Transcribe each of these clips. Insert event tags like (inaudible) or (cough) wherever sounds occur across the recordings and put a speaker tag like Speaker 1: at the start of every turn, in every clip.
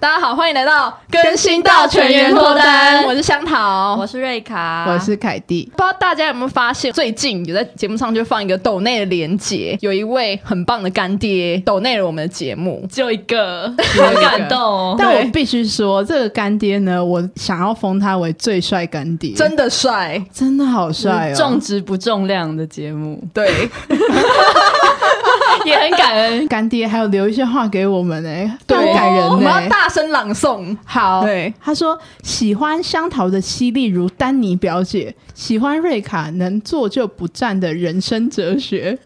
Speaker 1: 大家好，欢迎来到
Speaker 2: 更新到全员脱单
Speaker 1: 我是香桃，
Speaker 3: 我是啊瑞卡，
Speaker 2: 我是凯蒂，
Speaker 1: 不知道大家有没有发现，最近有在节目上就放一个抖内的连结，有一位很棒的干爹抖内了我们的节目。
Speaker 2: 嗯
Speaker 3: 只有一 (laughs) 个，好感动哦。
Speaker 2: 但我必须说，这个干爹呢，我想要封他为最帅干爹，
Speaker 1: 真的帅，
Speaker 2: 真的好帅哦！
Speaker 3: 重质不重量的节目
Speaker 2: (laughs)
Speaker 1: 对，
Speaker 3: 也很感恩。
Speaker 2: 干爹还有留一些话给我们呢、
Speaker 1: 对，
Speaker 2: 很感人欸
Speaker 1: 我
Speaker 2: 呢、
Speaker 1: 们要大声朗诵，
Speaker 2: 好， (laughs)
Speaker 1: 对
Speaker 2: 他说喜欢香桃的犀利如丹尼表姐，喜欢瑞卡能坐就不站的人生哲学，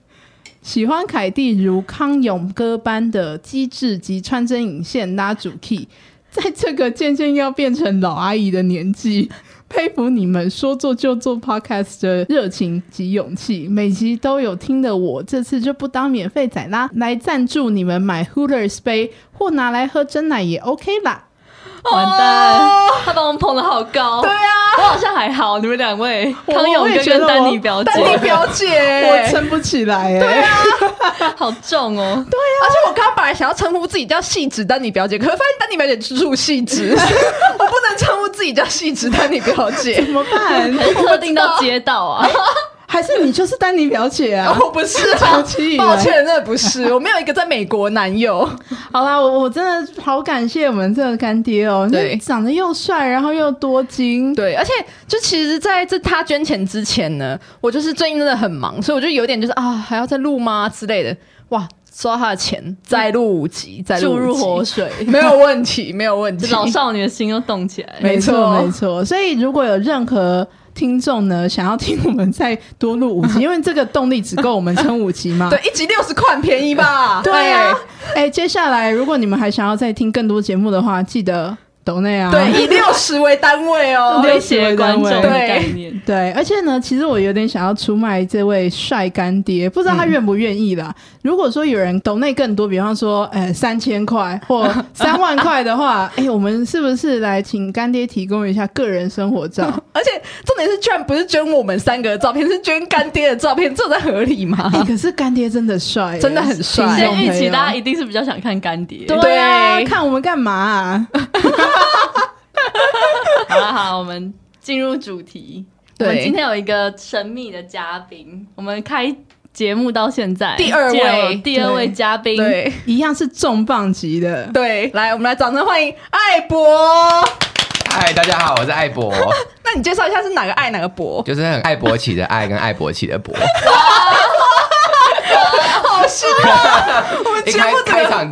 Speaker 2: 喜欢凯蒂如康永哥般的机智及穿针引线拉主 key，在这个渐渐要变成老阿姨的年纪。佩服你们说做就做 podcast 的热情及勇气，每集都有听的我，这次就不当免费仔啦，来赞助你们买 Hooters 杯或拿来喝真奶也 OK 啦。
Speaker 3: 完蛋，
Speaker 2: 哦
Speaker 3: 他把我们捧得好高。
Speaker 1: 对啊，
Speaker 3: 我好像还好，你们两位，
Speaker 2: 我
Speaker 3: 康永
Speaker 2: 我也
Speaker 3: 哥
Speaker 2: 觉
Speaker 3: 跟
Speaker 2: 得
Speaker 3: 丹
Speaker 2: 我
Speaker 3: 妮表姐，
Speaker 1: 丹妮表姐，
Speaker 2: 我撑不起来、欸，对啊，
Speaker 3: (laughs) 好重
Speaker 1: 而
Speaker 3: 哦。
Speaker 1: 且我刚刚本来想要称呼自己叫细致丹妮表姐，可是发现丹妮表姐住细
Speaker 2: (laughs)
Speaker 1: 致，我不能称呼自己叫细致丹妮表姐
Speaker 2: (laughs) 怎。么办？
Speaker 3: 还是特定到街道啊，
Speaker 2: 还是你就是丹妮表
Speaker 1: (laughs)
Speaker 2: 姐啊？
Speaker 1: 我不是啊
Speaker 2: 长期以，来
Speaker 1: 抱歉，真的不是，我没有一个在美国男友。
Speaker 2: 好啦，我我真的好感谢我们这个干爹哦、
Speaker 1: 对
Speaker 2: 那长得又帅，然后又多金，
Speaker 1: 对，而且就其实在这他捐钱之前呢，我就是最近真的很忙，所以我就有点就是啊，还要再录吗之类的。哇，收到他的钱，再录五集，再录
Speaker 3: 注入
Speaker 1: 五集
Speaker 3: 活水，
Speaker 1: 没有问题，没有问题。
Speaker 3: (laughs) 老少女的心都动起来。
Speaker 2: 没
Speaker 1: 没错
Speaker 2: 错没错。所以如果有任何听众呢，想要听我们再多录五集，因为这个动力只够我们撑五集嘛。
Speaker 1: (laughs) 对，一集六十块，很便宜
Speaker 3: (laughs)
Speaker 1: 吧？
Speaker 2: 对啊，哎、接下来如果你们还想要再听更多节目的话，记得抖内啊。
Speaker 1: 哎对，以六十为单位
Speaker 3: (laughs)
Speaker 1: 哦。
Speaker 3: 威胁观众的
Speaker 1: 对
Speaker 3: 概念，
Speaker 2: 对，而且呢，其实我有点想要出卖这位帅干爹，不知道他愿不愿意啦。
Speaker 1: 嗯
Speaker 2: 如果说有人抖内更多，比方说，呃，三千块
Speaker 1: (laughs)
Speaker 2: 或三万块的话，哎、我们是不是来请干爹提供一下个人生活照？
Speaker 1: (laughs) 而且重点是，居然不是捐我们三个的照片，是捐干爹的照片，这在合理
Speaker 3: (laughs)
Speaker 1: 吗？
Speaker 2: 哎、可是干爹真的帅耶、
Speaker 1: 真的很帅
Speaker 2: 听
Speaker 3: 先
Speaker 2: 众
Speaker 3: 预
Speaker 2: 朋
Speaker 3: 期
Speaker 2: 友
Speaker 3: 大家一定是比较想看干爹。
Speaker 2: 对啊，
Speaker 1: 对
Speaker 2: 看我们干嘛啊、
Speaker 3: 好了好，我们进入主题。
Speaker 1: 对
Speaker 3: 我们今天有一个神秘的嘉宾，我们开节目到现在
Speaker 1: 第二位
Speaker 3: 竟然有第二位嘉宾，
Speaker 1: 对
Speaker 2: 一样是重磅级的。
Speaker 1: 对，来，我们来掌声欢迎艾博。
Speaker 4: 嗨，大家好，我是艾
Speaker 1: (laughs)
Speaker 4: 博，
Speaker 1: 那你介绍一下是哪个艾哪个博？
Speaker 4: 就是很爱博起的爱跟爱博起的博。
Speaker 1: 好凶
Speaker 4: (laughs)
Speaker 1: 啊！我们
Speaker 4: 一
Speaker 1: 节
Speaker 4: 开
Speaker 1: 目整
Speaker 4: 开
Speaker 1: 个
Speaker 4: 场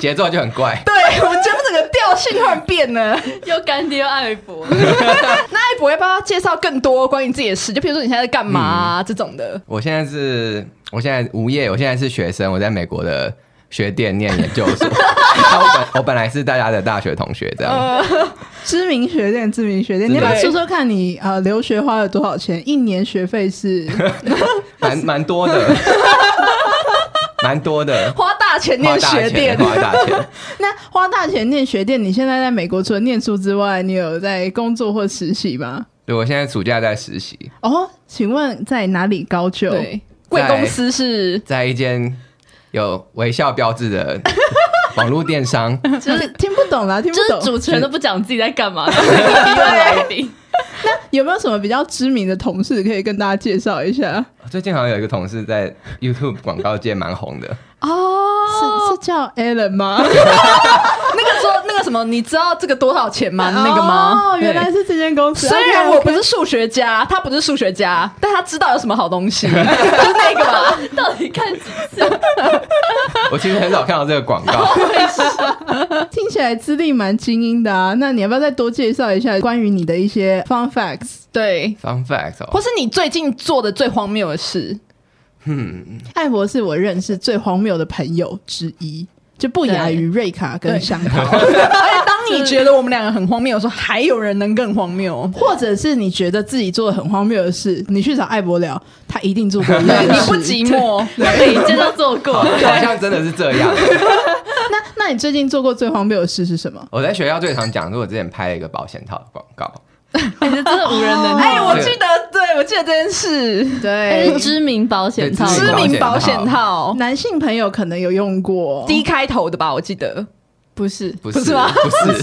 Speaker 4: 节奏就很怪，
Speaker 1: 对我们节目整个调性突然变了。
Speaker 3: 又干爹又艾博，
Speaker 1: (laughs) 那艾博要不要介绍更多关于自己的事？就比如说你现在在干嘛、啊这种的。
Speaker 4: 我现在是，我现在无业，我现在是学生，我在美国的学店念研究
Speaker 1: (laughs)
Speaker 4: 所。然后我本我本来是大家的大学同学，这样。
Speaker 1: 呃
Speaker 2: 知名学店，知名学店，你要不要
Speaker 1: 对
Speaker 2: 说说看你呃留学花了多少钱？一年学费是
Speaker 4: 蛮蛮多的，
Speaker 1: (laughs)
Speaker 4: 蛮多的，
Speaker 1: 花大钱
Speaker 4: 花
Speaker 1: 念
Speaker 4: 大
Speaker 1: 学店，
Speaker 4: 钱，花大钱。
Speaker 2: (laughs) 那花大钱念学店，你现在在美国除了念书之外，你有在工作或实习吗？
Speaker 4: 对，我现在暑假在实习，
Speaker 2: 哦，请问在哪里高就？
Speaker 1: 对，贵公司是
Speaker 4: 在一间有微笑标志的网络电商。
Speaker 2: (laughs) 就是听不懂啦，听不
Speaker 3: 就是
Speaker 2: 懂。
Speaker 3: 主持人都不讲自己在干嘛，就是逼问来宾。
Speaker 2: 有没有什么比较知名的同事可以跟大家介绍一下？
Speaker 4: 最近好像有一个同事在 YouTube 广告界蛮红的，
Speaker 1: 哦
Speaker 2: 是是叫 Alan (laughs) 吗？
Speaker 1: 那个时候那个什么，你知道这个多少钱吗？那个吗？
Speaker 2: 哦，原来是这间公
Speaker 1: 对。
Speaker 2: 司。
Speaker 1: 虽然
Speaker 2: OK，OK
Speaker 1: 我不是数学家，他不是数学家，但他知道有什么好东 (laughs) 西，就是那个吧。
Speaker 3: 到底看几次？
Speaker 4: 我其实很少看到这个广告。
Speaker 2: 听起来资历蛮精英的啊，那你要不要再多介绍一下关于你的一些 fun facts？
Speaker 1: 对，
Speaker 4: Fun fact
Speaker 1: 或
Speaker 4: 哦，
Speaker 1: 是你最近做的最荒谬的 (laughs) 事，
Speaker 2: 艾博是我认识最荒谬的朋友之一，就不亚于瑞卡
Speaker 1: 对
Speaker 2: 跟香桃。
Speaker 1: 而且当你觉得我们两个很荒谬的时候，还有人能更荒谬。
Speaker 2: 或者是你觉得自己做的很荒谬的事，你去找艾伯聊，他一定做过一样
Speaker 1: 对，
Speaker 2: 的
Speaker 1: 你
Speaker 2: 事。
Speaker 1: 不寂寞，
Speaker 3: 每一件都做
Speaker 4: 好
Speaker 3: 过。
Speaker 4: 好像真的是这样。
Speaker 2: 那那你最近做过最荒谬的事是什么？
Speaker 4: 我在学校最常讲，是我之前拍了一个保险套的广告，
Speaker 3: 哎，这真的无人能
Speaker 1: 哎，
Speaker 3: 哎，
Speaker 1: 我记得，对我记得这件事，
Speaker 2: 对
Speaker 3: 这是知名保险套，
Speaker 4: 对
Speaker 1: 知名保险
Speaker 4: 保险
Speaker 1: 套
Speaker 2: 男性朋友可能有用过。
Speaker 1: ，D 开头的吧，我记得。
Speaker 3: 不是，
Speaker 4: 不
Speaker 1: 不是吗？
Speaker 4: 不是，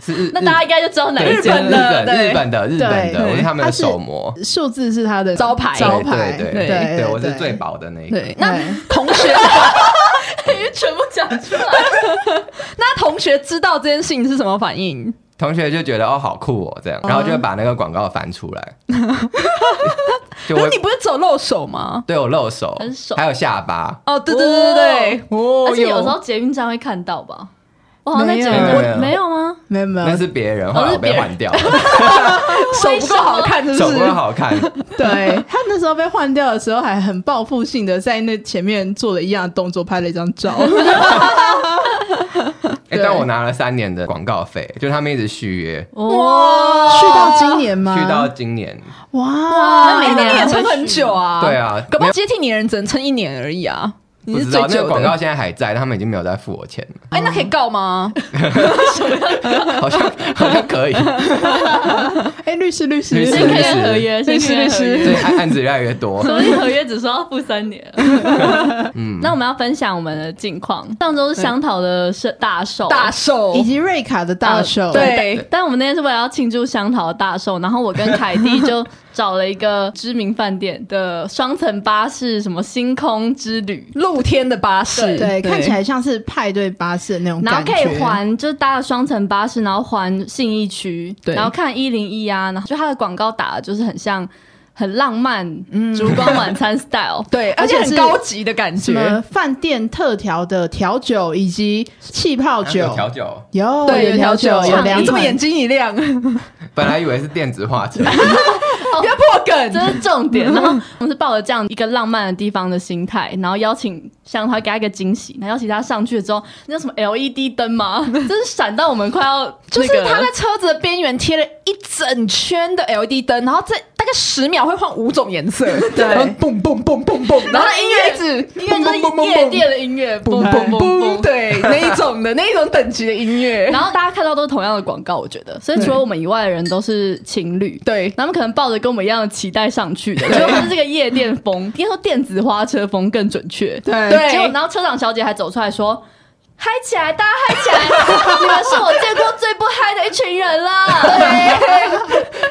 Speaker 4: 是日
Speaker 3: 那大家应该就知道哪一
Speaker 4: 日
Speaker 3: 间
Speaker 4: 本
Speaker 3: 了。
Speaker 4: 的
Speaker 1: 对
Speaker 4: 日本的日本
Speaker 2: 对
Speaker 4: 的，我是他们
Speaker 2: 它
Speaker 4: 的
Speaker 2: 是
Speaker 4: 手模，
Speaker 2: 数字是他的
Speaker 1: 招牌
Speaker 2: 招牌，
Speaker 4: 对
Speaker 1: 对
Speaker 4: 对，我是最薄的那一个。
Speaker 1: 对，那
Speaker 2: 对
Speaker 1: 同 (laughs) 学，
Speaker 3: 全部讲出来，
Speaker 1: 那同学知道这件事情是什么反应？
Speaker 4: 同学就觉得哦好酷哦这
Speaker 1: 嗯
Speaker 4: 样，然后就会把那个广告翻出
Speaker 1: (laughs)
Speaker 4: 来，就
Speaker 1: 可是
Speaker 4: 我
Speaker 1: 你不是走露手吗？
Speaker 4: 对我露手
Speaker 3: 很，爽
Speaker 4: 还有下巴，
Speaker 1: 哦，对对对对对，哦
Speaker 3: 而且有时候捷运站会看到吧？我好像在捷运
Speaker 4: 没有没
Speaker 1: 啊
Speaker 4: 有
Speaker 3: 站没有吗？
Speaker 2: 没有没
Speaker 1: 嗯
Speaker 2: 有
Speaker 4: 那，是别人，后
Speaker 1: 哦
Speaker 4: 来我被换掉，
Speaker 1: 手不够好看， (laughs) 是
Speaker 4: 手
Speaker 1: 不
Speaker 4: 不
Speaker 1: 是？
Speaker 4: 够
Speaker 1: (laughs)
Speaker 4: 好看，
Speaker 2: 对他那时候被换掉的时候，还很报复性的在那前面做了一样的动作，拍了一张照。
Speaker 4: 哎，但我拿了三年的广告费，就他们一直续约，
Speaker 3: 哇，
Speaker 2: 去到今年吗？
Speaker 4: 续到今年，
Speaker 2: 哇，
Speaker 3: 那每
Speaker 1: 哎那
Speaker 3: 年
Speaker 1: 你也
Speaker 3: 还会
Speaker 1: 撑很久啊？
Speaker 4: 对，啊，
Speaker 1: 搞不好接替你的人只能撑一年而已啊。你
Speaker 4: 不
Speaker 1: 是
Speaker 4: 知
Speaker 1: 最
Speaker 4: 道那
Speaker 1: 久
Speaker 4: 个广
Speaker 1: 的
Speaker 4: 告。现在还在，他们已经没有再付我钱了，
Speaker 1: 哎，那可以告吗？
Speaker 4: 好像好像
Speaker 1: (laughs)
Speaker 4: 可以，
Speaker 2: 哎，律师律
Speaker 3: (laughs)
Speaker 2: 师
Speaker 4: 律
Speaker 3: 先
Speaker 4: 师
Speaker 3: 看看合约，先
Speaker 1: 律师
Speaker 3: 看看合
Speaker 1: 律
Speaker 3: 约
Speaker 1: 师。
Speaker 4: 对案案子越来越多，
Speaker 3: (laughs) 所以合约只说要付三年。嗯， (laughs) 那我们要分享我们的近况。上周是香桃的是大寿，
Speaker 1: 大寿
Speaker 2: 以及瑞卡的
Speaker 3: 嗯
Speaker 2: 大秀，
Speaker 1: 对
Speaker 3: 但我们那天是为了要庆祝香桃的大寿，然后我跟凯蒂就找了一个知名饭店的双层巴士，什么星空之旅。
Speaker 1: 露天的巴士，
Speaker 2: 对，看起来像是派对巴士的那种
Speaker 3: 然后
Speaker 2: 感觉，
Speaker 3: 可以环，就是搭了双层巴士，然后环信义区，
Speaker 1: 对
Speaker 3: 然后看一零一啊，然后就它的广告打的就是很像很浪漫，烛光晚餐 style，
Speaker 1: 对，而
Speaker 2: 而
Speaker 1: 且
Speaker 2: 且
Speaker 1: 很
Speaker 2: 是
Speaker 1: 高级的感
Speaker 2: 什么
Speaker 1: 觉。
Speaker 2: 饭店特调的调酒以及气泡酒
Speaker 4: 啊有，调酒，
Speaker 2: 有
Speaker 1: 对，
Speaker 2: 有
Speaker 1: 哦有调酒，
Speaker 2: 有两
Speaker 1: 你这么
Speaker 2: 款
Speaker 1: 眼睛一 (laughs) 亮，不
Speaker 4: 本来以为是电子化车， (laughs)
Speaker 1: 要破 (laughs)
Speaker 3: 这
Speaker 1: 梗。
Speaker 3: 是重点。然后我们是抱着这样一个浪漫的地方的心态，然后邀请像他给他一个惊喜，然后邀请他上去之后，那叫什么 LED 灯吗？
Speaker 1: (laughs)
Speaker 3: 就是闪到我们快要、
Speaker 1: 就
Speaker 3: 那
Speaker 1: 是
Speaker 3: 个
Speaker 1: 他在车子的边缘贴了一整圈的 LED 灯，然后这大概十秒会换五种颜 (laughs) 色，
Speaker 2: 对
Speaker 1: 然后蹦蹦蹦蹦蹦，然后音乐一直
Speaker 3: 应该就是夜店的音乐，
Speaker 1: 蹦
Speaker 3: 嘣
Speaker 1: 蹦
Speaker 3: 嘣
Speaker 1: 蹦，
Speaker 3: 嘣嘣。
Speaker 1: 对那一种的那一种等级的音乐，
Speaker 3: 然后大家看到都是同样的广告，我觉得，所以除了我们以外的人都是情侣，
Speaker 1: (laughs) 对
Speaker 3: 他们可能抱着跟我们一样的期待上去的，结果他是这个夜店风， (laughs) 应该说电子花车风更准确，
Speaker 2: 对
Speaker 1: 对
Speaker 3: 结果然后车长小姐还走出来说：“嗨起来，大家嗨起 (laughs) 来！你们是我见过最不嗨的一群人了。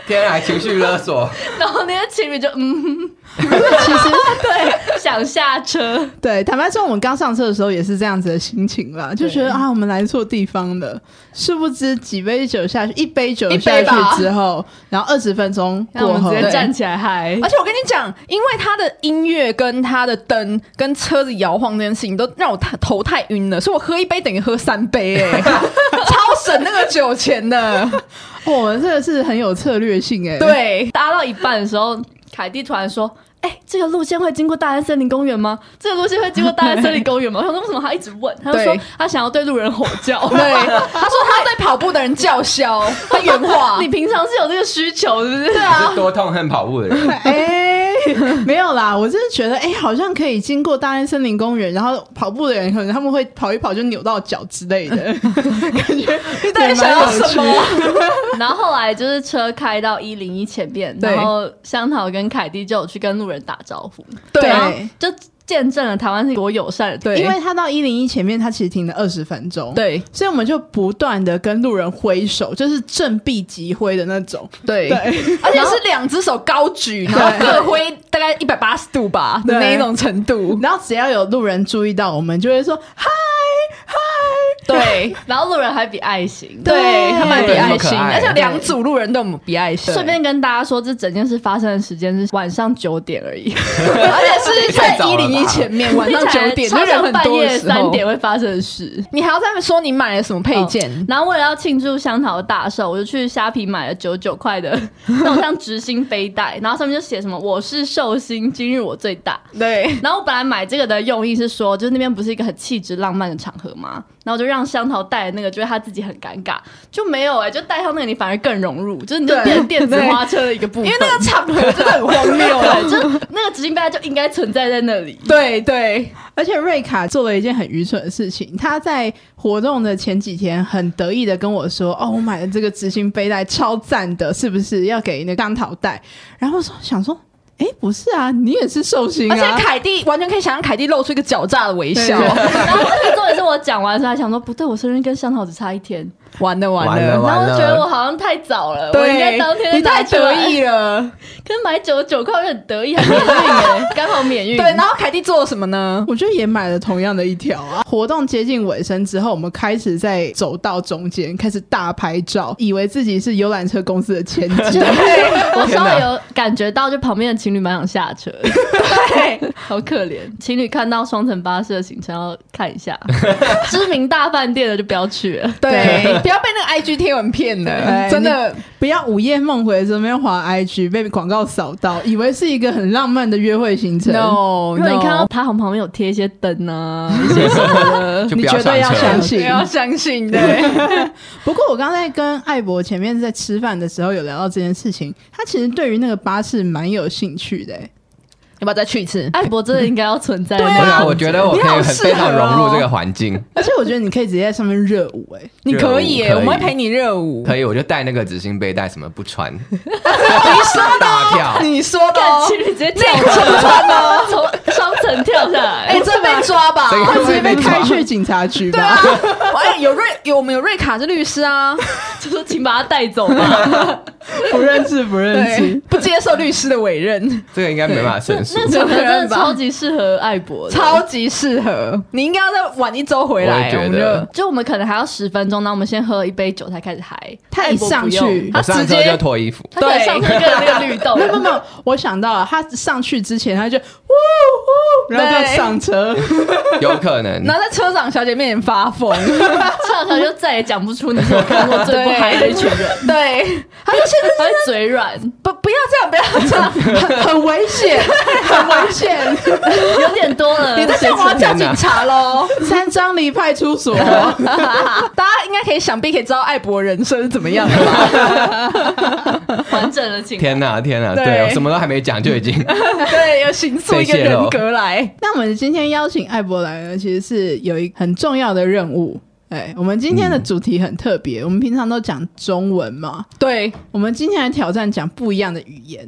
Speaker 4: 天啊，情绪勒索，”
Speaker 3: (laughs) 然后那些情侣就嗯，
Speaker 2: (laughs) 其实
Speaker 3: 对，想下车。
Speaker 2: 对，坦白说，我们刚上车的时候也是这样子的心情啦，就觉得啊，我们来错地方了。殊不知几杯酒下去，一杯酒
Speaker 1: 一
Speaker 2: 下
Speaker 1: 杯吧
Speaker 2: 去之后，然后二十分钟
Speaker 3: 然后
Speaker 2: 过
Speaker 3: 我们
Speaker 2: 后，
Speaker 3: 直接
Speaker 2: 对啊
Speaker 3: 站起来嗨
Speaker 1: 而。且我跟你讲，因为它的音乐跟它的灯跟车子摇晃这件事情，都让我太头太晕了，所以我喝一杯等于喝三杯、 (laughs) 欸，超省那个酒钱的。
Speaker 2: 哇我们这个是很有策略性哎、，
Speaker 1: 对，
Speaker 3: 搭到一半的时候，凯蒂突然说。哎、这个路线会经过大安森林公园吗？这个路线会经过大安森林公园吗？我想说，为什么他一直问？他就说
Speaker 1: 对
Speaker 3: 他想要对路人吼叫。。
Speaker 1: (laughs) 对，他说他对跑步的人叫嚣，他原话 (laughs)
Speaker 3: (laughs) 你平常是有这个需求，是不是？对啊，
Speaker 4: 是多痛恨跑步的人，
Speaker 2: 哎、 (laughs) 没有啦，我就是觉得哎、好像可以经过大安森林公园，然后跑步的人可能他们会跑一跑就扭到脚之类的，感觉
Speaker 1: (laughs)
Speaker 2: 你
Speaker 1: 到底想要什么？
Speaker 3: 然后后来就是车开到一零一前面，
Speaker 1: 对
Speaker 3: 然后香桃跟凯蒂就有去跟路人打招呼，
Speaker 1: 对
Speaker 3: 然后
Speaker 2: 对
Speaker 3: 就见证了台湾是多友善的地方，
Speaker 1: 对
Speaker 2: 因为他到一零一前面，他其实停了二十分钟。
Speaker 1: 对
Speaker 2: 所以我们就不断的跟路人挥手，就是振臂疾挥的那种。
Speaker 1: 对，
Speaker 2: 对，
Speaker 1: 而且是两只手高举，然后各挥大概一百八十度吧的
Speaker 2: 对
Speaker 1: 那一种程度。
Speaker 2: 然后只要有路人注意到我们，就会说嗨嗨。
Speaker 1: 对
Speaker 3: (laughs) 然后路人还比爱心，
Speaker 1: 对，他们比
Speaker 4: 对
Speaker 1: 爱
Speaker 4: 这么
Speaker 1: 心，
Speaker 4: 可爱
Speaker 1: 而且两组路人都有比爱心，
Speaker 3: 顺便跟大家说，这整件事发生的时间是晚上九点
Speaker 1: (laughs)
Speaker 3: 而已，
Speaker 1: 而且是在
Speaker 4: 太早
Speaker 1: 一
Speaker 4: 了吧
Speaker 1: 零一前面， (laughs) 晚上九点，就
Speaker 3: 超
Speaker 1: 人
Speaker 3: 像
Speaker 1: 很
Speaker 3: 半
Speaker 1: 多
Speaker 3: 夜
Speaker 1: 的时候
Speaker 3: 三点，会发生的事。
Speaker 1: 你还要在那边说你买了什么 (laughs) 配件？
Speaker 3: 哦然后为了要庆祝香桃的大寿，我就去虾皮买了九九块的 (laughs) 那种像直星背带，然后上面就写什么“我是寿星，今日我最大”，
Speaker 1: 对，
Speaker 3: 然后我本来买这个的用意是说，就是那边不是一个很气质浪漫的场合嘛，然后我就让香桃带那个，觉得他自己很尴尬，就没有哎、就带上那个你反而更融入，就是你就
Speaker 1: 对
Speaker 3: 变成电子花车的一个部分，
Speaker 1: 因为那个场合真的很荒谬。
Speaker 3: 对，就是那个执行杯就应该存在在那里。
Speaker 1: 对对
Speaker 2: 而且瑞卡做了一件很愚蠢的事情，他在活动的前几天很得意的跟我说：“哦，我买了这个执行背带，超赞的，是不是要给那个钢桃带？”然后我说想说哎，不是啊，你也是寿星
Speaker 1: 而且
Speaker 2: 啊。
Speaker 1: 凯蒂完全可以想象凯蒂露出一个狡诈的微笑，
Speaker 3: 然后这个重点是我讲完的时候还想说，不对，我生日跟香桃只差一天，
Speaker 1: 完了完
Speaker 4: 完了
Speaker 1: 了，
Speaker 3: 然后我就觉得我好像太早了，我应该
Speaker 1: 对
Speaker 3: 当天，就
Speaker 1: 你太
Speaker 3: 拿出来
Speaker 1: 得，意了。
Speaker 3: 可是买九十九块我就很得意，还免运耶，刚好免运。
Speaker 1: 对，然后凯蒂做了什么呢？
Speaker 2: (laughs) 我觉得也买了同样的一条啊。活动接近尾声之后，我们开始在走道中间开始大拍照，以为自己是游览车公司的前 (laughs)
Speaker 3: (laughs)
Speaker 2: 几。
Speaker 3: 我稍微
Speaker 4: 天哪
Speaker 3: 有感觉到，就旁边的情侣蛮想下车，对， (laughs) 好可怜。情侣看到双层巴士的行程要看一下， (laughs) 知名大饭店的就不要去了。
Speaker 1: 对，不要被那个 IG 贴文骗了，
Speaker 2: 哎
Speaker 1: 真的。
Speaker 2: 不要午夜梦回的时候，没有滑 IG 被广告扫到，以为是一个很浪漫的约会行程。
Speaker 1: Oh No，
Speaker 3: 如果你
Speaker 1: no
Speaker 3: 看到他旁边有贴一些灯啊，一些什么的，
Speaker 4: 就
Speaker 2: 你
Speaker 4: 不
Speaker 2: 绝对要
Speaker 4: 上
Speaker 2: 相
Speaker 4: 车。
Speaker 1: 啊不
Speaker 2: 信。
Speaker 1: 要相信，对，
Speaker 2: 不过我刚才跟艾博前面在吃饭的时候有聊到这件事情，他其实对于那个巴士蛮有兴趣的、欸。
Speaker 1: 要不要再去一次？
Speaker 3: 艾哎博真的应该要存在。
Speaker 1: 对
Speaker 4: 对
Speaker 1: 啊
Speaker 4: 啊，我觉得我可以很非常融入这个环境。
Speaker 2: 而且我觉得你可以直接在上面热舞、 (laughs) 欸，
Speaker 1: 你可以耶，我
Speaker 4: 热舞可以
Speaker 1: 们会陪你热舞。
Speaker 4: 可以，我就带那个纸巾背带，什么不穿，
Speaker 1: 你说的哦，
Speaker 4: 大跳
Speaker 1: 你说的
Speaker 3: 干
Speaker 1: 哦
Speaker 3: 情，侣直接跳穿了，从双层跳下来。
Speaker 1: 哎，这被抓吧
Speaker 4: 这？个
Speaker 2: 会
Speaker 4: 会
Speaker 2: 直接被
Speaker 4: 被抓
Speaker 2: 开去警察局
Speaker 1: 对
Speaker 2: 吧
Speaker 1: 啊？，哎，有瑞有我们有瑞卡是律师啊，
Speaker 3: 就说请把他带走吧。
Speaker 2: 啊 (laughs) 不认识，不认
Speaker 1: 对
Speaker 2: 识，。
Speaker 1: 不接受律师的委任，
Speaker 4: 这个应该没办法申诉。
Speaker 3: (laughs) 那场合真的超级适合艾博的，
Speaker 1: 超级适合。你应该要再晚一周回
Speaker 4: 我
Speaker 1: 来，
Speaker 4: 也觉
Speaker 1: 我
Speaker 4: 得
Speaker 1: 们就
Speaker 3: 就我们可能还要十分钟，那我们先喝一杯酒才开始嗨。
Speaker 2: 他一上去
Speaker 3: 艾博不用
Speaker 4: 我上
Speaker 1: 直
Speaker 4: 车
Speaker 1: 接
Speaker 4: 就脱衣服，
Speaker 3: 他可以上车跟那个绿豆
Speaker 2: (laughs) 没，有没有没有，我想到了，他上去之前他就呜呜，然后就上 (laughs) 车，
Speaker 4: 有可能。
Speaker 1: 然后在车长小姐面前发疯，
Speaker 3: 上车就再也讲不出你是我看过最不嗨的一群人，
Speaker 1: 对，他就现
Speaker 3: 他会嘴软，
Speaker 1: 不不要这样，不要这样，
Speaker 2: 很很危险，很危险。
Speaker 3: 有点多了。
Speaker 1: 你在想我要叫警察喽。
Speaker 2: 三张离派出所， (laughs)
Speaker 1: (laughs) 大家应该可以想必可以知道艾博人生是怎么样 (laughs) 的吧？
Speaker 3: 完整的情况。
Speaker 4: 天哪，天哪，
Speaker 1: 对
Speaker 4: 对，我什么都还没讲就已经
Speaker 1: 对，要形塑一个人格来。
Speaker 2: 那我们今天邀请艾博来呢，其实是有一很重要的任务。哎，我们今天的主题很特别，我们平常都讲中文嘛，
Speaker 1: 对，
Speaker 2: 我们今天来挑战讲不一样的语言。